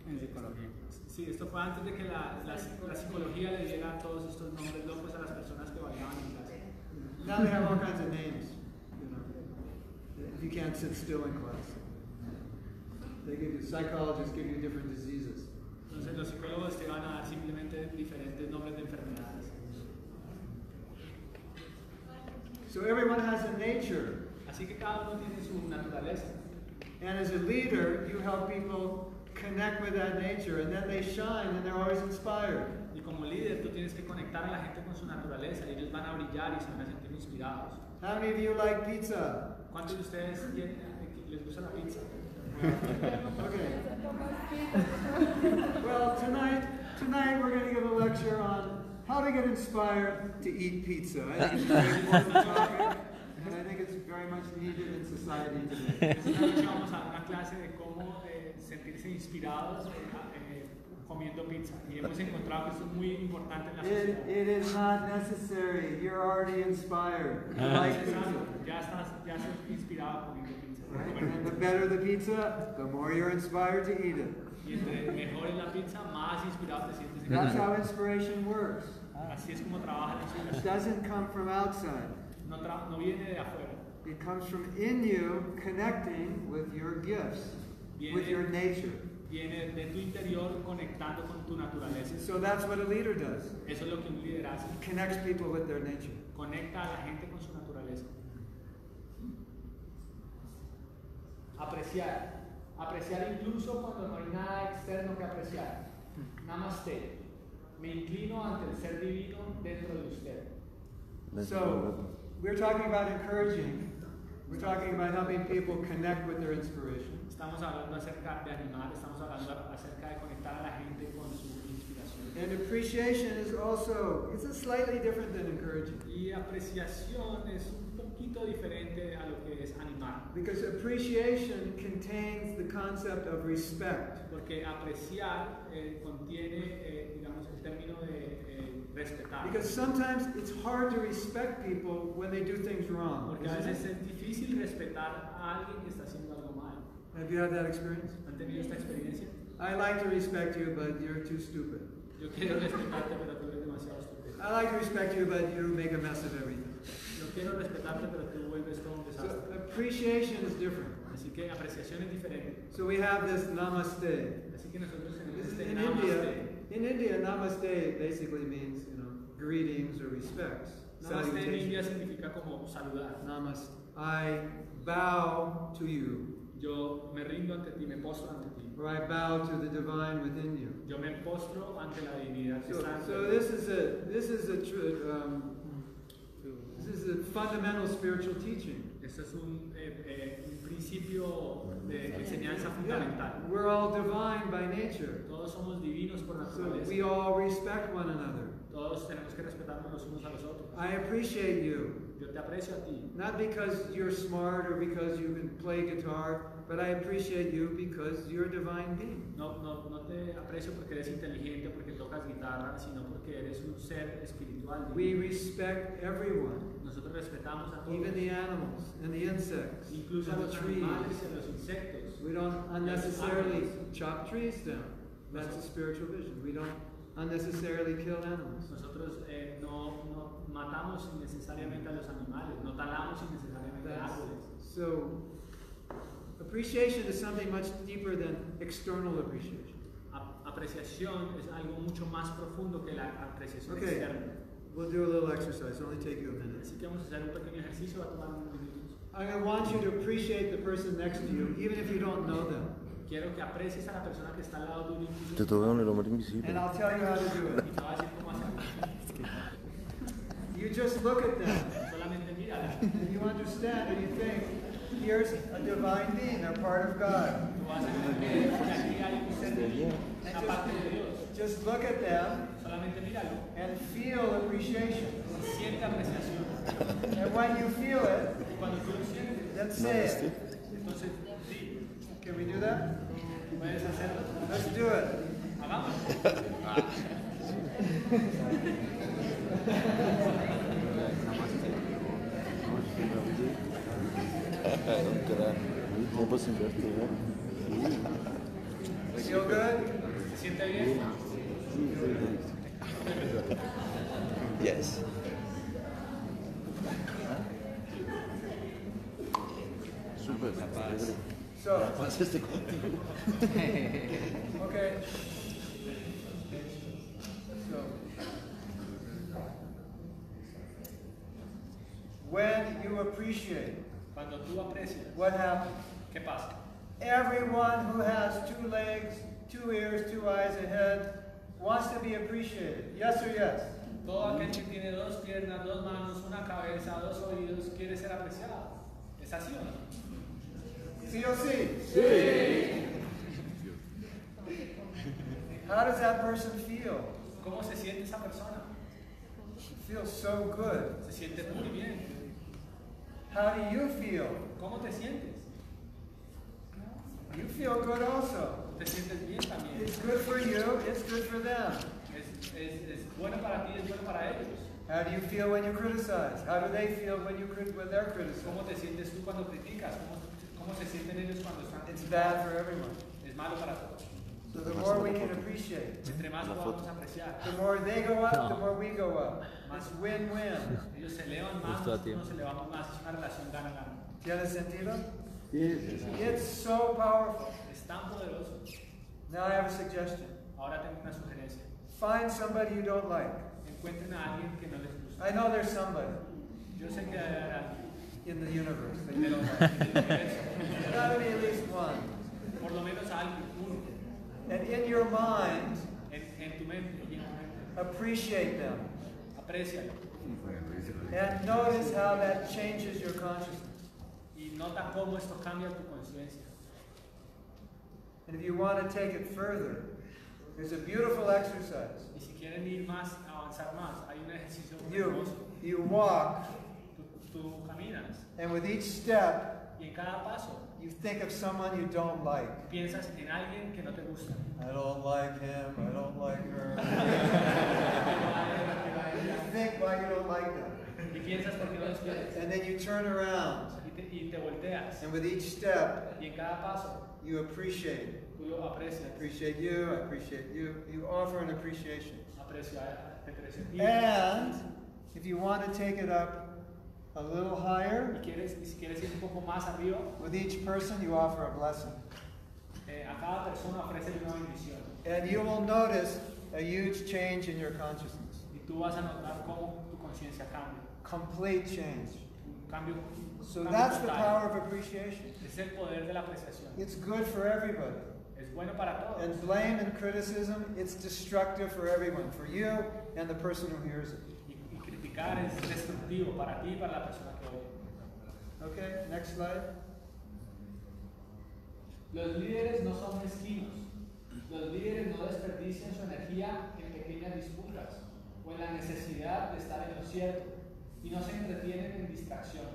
En psicología. Sí, esto fue antes de que la, la, la psicología le diera todos estos nombres locos a las personas que bailaban en clase. Now they have all kinds of names, you know. If you can't sit still in class. They give you psychologists give you different diseases. Entonces los psicólogos te van a dar simplemente diferentes nombres de enfermedades. So everyone has a nature. Así que cada uno tiene su naturaleza. And as a leader, you help people connect with that nature and then they shine and they're always inspired. Y como líder tú tienes que conectar a la gente con su naturaleza y ellos van a brillar y se van a sentir inspirados. How many of you like pizza? ¿Cuántos de ustedes tienen- les gusta la pizza? Okay. Well, tonight, tonight we're going to give a lecture on how to get inspired to eat pizza. I think it's a very important topic, and I think it's very much needed in society today. Esta noche vamos a dar una clase de cómo eh, sentirse inspirados eh, eh, comiendo pizza. Y hemos encontrado que esto es muy importante en la It, sociedad. it is not necessary. You're already inspired. You Uh-huh. like pizza. Exacto, ya estás, ya estás inspirado comiendo pizza. Right? And the better the pizza, the more you're inspired to eat it. Y entre mejor es la pizza, más inspirado te sientes. en That's la how inspiration works. pizza. Así es como trabaja la It inspiración. doesn't come from outside. No, tra- no viene de afuera. It comes from in you connecting with your gifts, with your Viene, nature. viene de tu interior conectando con tu naturaleza. So that's what a leader does. Eso es lo que un líder hace. Connects people with their nature. Conecta a la gente con su naturaleza. Apreciar. Apreciar incluso cuando no hay nada externo que apreciar. Namaste. Me inclino ante el ser divino dentro de usted. So we're talking about encouraging. We're talking about helping people connect with their inspiration. Estamos hablando acerca de animar, estamos hablando acerca de conectar a la gente con su inspiración. And appreciation is also it's a slightly different than encouraging Y apreciación es un poquito diferente a lo que es animar. because appreciation contains the concept of respect. Porque apreciar eh, contiene, eh, digamos, el término de eh, respetar. Because sometimes it's hard to respect people when they do things wrong. Porque a isn't veces it? es difícil respetar a alguien que está haciendo algo mal. Have you had that experience? ¿Han tenido esta experiencia? I like to respect you, but you're too stupid. Yo quiero respetarte, pero tú eres demasiado estúpido. I like to respect you, but you make a mess of everything. Yo quiero respetarte, pero tú vuelves todo un So desastre. appreciation is different. Así que apreciación es diferente. So we have this namaste. Así que nosotros tenemos This is este in India. namaste. In India, namaste basically means you know greetings or respects. Namaste en Salutation. India significa como saludar. Namaste. I bow to you, Yo me rindo ante ti, me postro ante ti. or I bow to the divine within you. Yo me postro ante la divinidad que So, está dentro so de mí. this is a this is a tr- um, this is a fundamental spiritual teaching. Esto es un, eh, eh, un principio de enseñanza Yeah, fundamental. we're all divine by nature, Todos somos divinos por so naturaleza. we all respect one another. Todos tenemos que respetarnos los unos a los otros. I appreciate you. Yo te aprecio a ti. Not because you're smart or because you can play guitar, but I appreciate you because you're a divine being. No, no, no te aprecio porque eres inteligente, porque tocas guitarra, sino porque eres un ser espiritual. We divino. respect everyone, Nosotros respetamos a todos, even the animals and the insects incluso a and the los animales trees. y a los insectos. We don't unnecessarily chop trees down. That's a spiritual vision. We don't unnecessarily kill animals. Nosotros eh, no, no matamos innecesariamente a los animales, no talamos innecesariamente That's- árboles. so appreciation is something much deeper than external appreciation. A- apreciación es algo mucho más profundo que la apreciación Ok. externa. We'll do a little exercise. It'll only take you a minute. Así que vamos a hacer un pequeño ejercicio, va a tomar unos minutos. I want you to appreciate the person next to you, even if you don't know them. Quiero que aprecies a la persona que está al lado de un Te incluso tocaron el hombre And invisible. I'll tell you how to do y te va a decir cómo hacerlo. it. You just look at them, Solamente mírala. and you understand, and you think, here's a divine being, they're part of God. Tú vas a entender que aquí hay un ser divino, And una parte de Dios. just, just look at them Solamente míralo. and feel appreciation. Siente apreciación. And when you feel it, Y cuando tú lo sientes, then say it. entonces sí, Can we do that? puedes hacerlo. Let's do it. Hagámoslo. Tiempo sin verte, ¿eh? Feel good? ¿Se siente bien? Yes. Súper. So, Pasaste contigo. okay. So, when you appreciate, Cuando tú aprecias, what happens? ¿qué pasa? Everyone who has two legs, two ears, two eyes, a head wants to be appreciated. Yes or yes? Todo aquel que tiene dos piernas, dos manos, una cabeza, dos oídos, quiere ser apreciado. ¿Es así o no? C O C. How does that person feel? ¿Cómo se siente esa persona? Feels so good. Se siente muy bien. How do you feel? ¿Cómo te sientes? You feel good also. te sientes bien también. It's good for you, it's good for them. Es, es, es bueno para ti, es bueno para ellos. How do you feel when you criticize? How do they feel when you crit- when they're criticized? ¿Cómo te sientes tú cuando criticas? ¿Cómo, cómo se sienten ellos cuando están It's bad for everyone. Es malo para todos. So the more we can appreciate, Entre más La podamos foto. apreciar, the more they go up, the more we go up. It's win-win. ellos se elevan más, Justo a tiempo. nosotros nos elevamos más, es una relación gana-gana. Tiene sentido? Sí, It's so powerful. Es tan poderoso. Now I have a suggestion. Ahora tengo una sugerencia. Find somebody you don't like. Encuentren a alguien que no les gusta. I know there's somebody Yo sé que hay alguien, in the universe that you pero don't like. There's gotta be at least one. por lo menos a alguien, uno, And in your mind, en, en tu mente y en tu mente. appreciate them. Aprécialo And notice how that changes your consciousness. y nota cómo esto cambia tu conciencia. And if you want to take it further, there's a beautiful exercise. Y si quieren ir más, avanzar más, hay un ejercicio You, hermoso. you walk, Tú, tú caminas and with each step, y en cada paso you think of someone you don't like. piensas en alguien que no te gusta. I don't like him, I don't like her. You think why you don't like them. Y piensas por qué no los quieres. And then you turn around, Y te, y te volteas. and with each step, Y en cada paso you appreciate it. tú lo aprecias. I appreciate you, I appreciate you. You offer an appreciation. Aprecia, te aprecio a ti. And if you want to take it up a little Y higher, quieres, y si quieres ir un poco más arriba, with each person, you offer a blessing. eh, a cada persona ofrece una bendición. And you will notice a huge change in your consciousness. Y tú vas a notar cómo tu conciencia cambia. Complete change. Un cambio. un So cambio that's the total. power of appreciation. Es el poder de la apreciación. It's good for everybody. Es bueno para todos. And blame and criticism, it's destructive for everyone, for you and the person who hears it. Y, y criticar es destructivo para ti y para la persona que oye. Okay, next slide. Los líderes no son mezquinos. Los líderes no desperdician su energía en pequeñas disputas o en la necesidad de estar en lo cierto y no se entretienen en distracciones.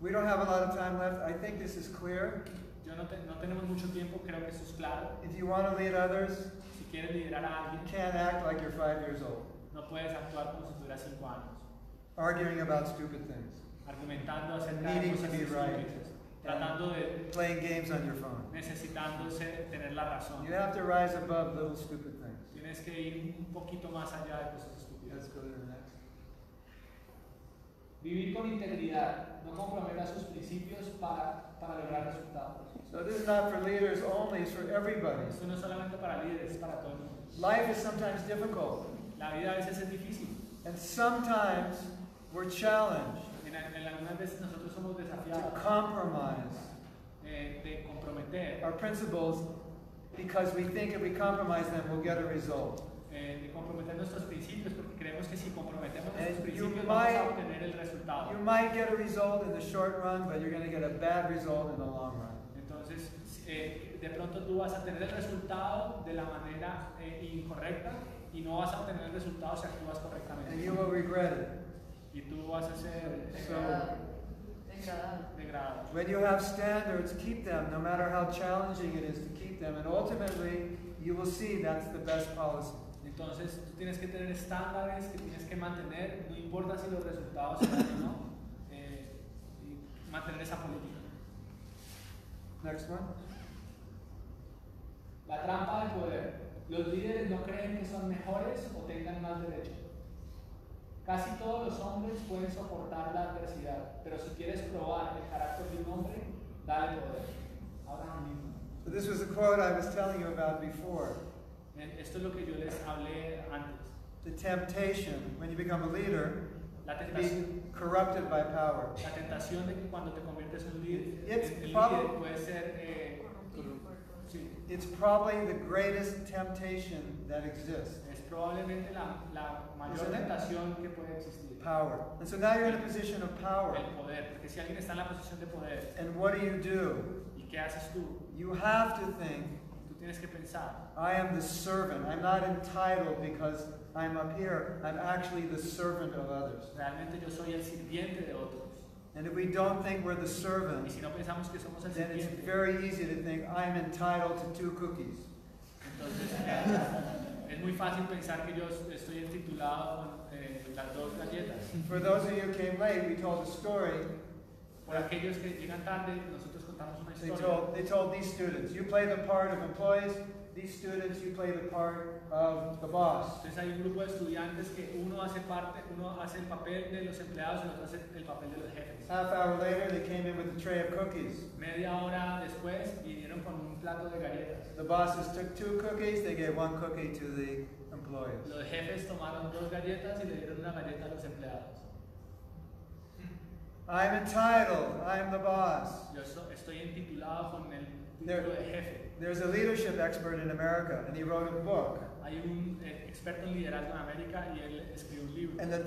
We don't have a lot of time left. I think this is clear. Yo no, te- no tenemos mucho tiempo, creo que eso es claro. If you want to lead others, Si quieres liderar a alguien, you can't act like you're five years old, no puedes actuar como si tuvieras 5 años, arguing about stupid things, argumentando acerca de Needing cosas to be right. estúpidas, tratando de, playing games on your phone. necesitando ser- tener la razón. You have to rise above little stupid things. Tienes que ir un poquito más allá de cosas estúpidas. Let's go to the next. Vivir con integridad, no comprometer sus principios para, para lograr resultados. So this is not for leaders only, it's for everybody. Esto no es solamente para líderes, es para todo el mundo. Life is sometimes difficult, La vida a veces es difícil. and sometimes we're challenged En, en algunas veces nosotros somos to desafiados compromise eh, de comprometer, our principles because we think if we compromise them, we'll get a result. eh, de comprometer nuestros principios, porque creemos que si comprometemos And nuestros you principios vamos a might- obtener el resultado. You might get a result in the short run, but you're going to get a bad result in the long run. Entonces, eh, de pronto tú vas a tener el resultado de la manera eh, incorrecta y no vas a obtener el resultado si actúas and correctamente. you will regret it. Y tú vas a ser So Degradado. degradado. when you have standards, keep them, no matter how challenging it is to keep them. And ultimately, you will see that's the best policy. Entonces, tú tienes que tener estándares que tienes que mantener, no importa si los resultados se dan o no, eh, y mantener esa política. Next one. La trampa del poder. Los líderes no creen que son mejores o tengan más derecho. Casi todos los hombres pueden soportar la adversidad, pero si quieres probar el carácter de un hombre, dale poder. Ahora mismo. So this was a quote I was telling you about before. Esto es lo que yo les hablé antes. The temptation when you become a leader La to be tentación, corrupted by power. la tentación de que cuando te conviertes en un líder, It's el probably- líder puede ser eh, sí, It's probably the greatest temptation that exists. Es probablemente la, la mayor Isn't it? tentación que puede existir. Power. And so now you're in a position of power. El poder. Porque si alguien está en la posición de poder, And what do you do? ¿y qué haces tú? You have to think Tú tienes que pensar. I am the servant. I'm not entitled because I'm up here. I'm actually the servant of others. Realmente yo soy el sirviente de otros. And if we don't think we're the servant, Y si no pensamos que somos el then it's sirviente, very easy to think I'm entitled to two cookies. entonces eh, es muy fácil pensar que yo estoy intitulado con eh, las dos galletas. For those of you who came late, we told a story. Por aquellos que llegan tarde, nosotros contamos una They historia. told, they told these students, you play the part of employees, these students, you play the part of the boss. Entonces hay un grupo de estudiantes que uno hace parte, uno hace el papel de los empleados y el otro hace el papel de los jefes. Half hour later, they came in with a tray of cookies. Media hora después vinieron con un plato de galletas. The bosses took two cookies, they gave one cookie to the employers. Los jefes tomaron dos galletas y le dieron una galleta a los empleados. I'm entitled, I'm the boss. Yo so- estoy intitulado con el There- título de jefe. There's a leadership expert in America, and he wrote a book. Hay un eh, experto en liderazgo en América y él escribió un libro. And the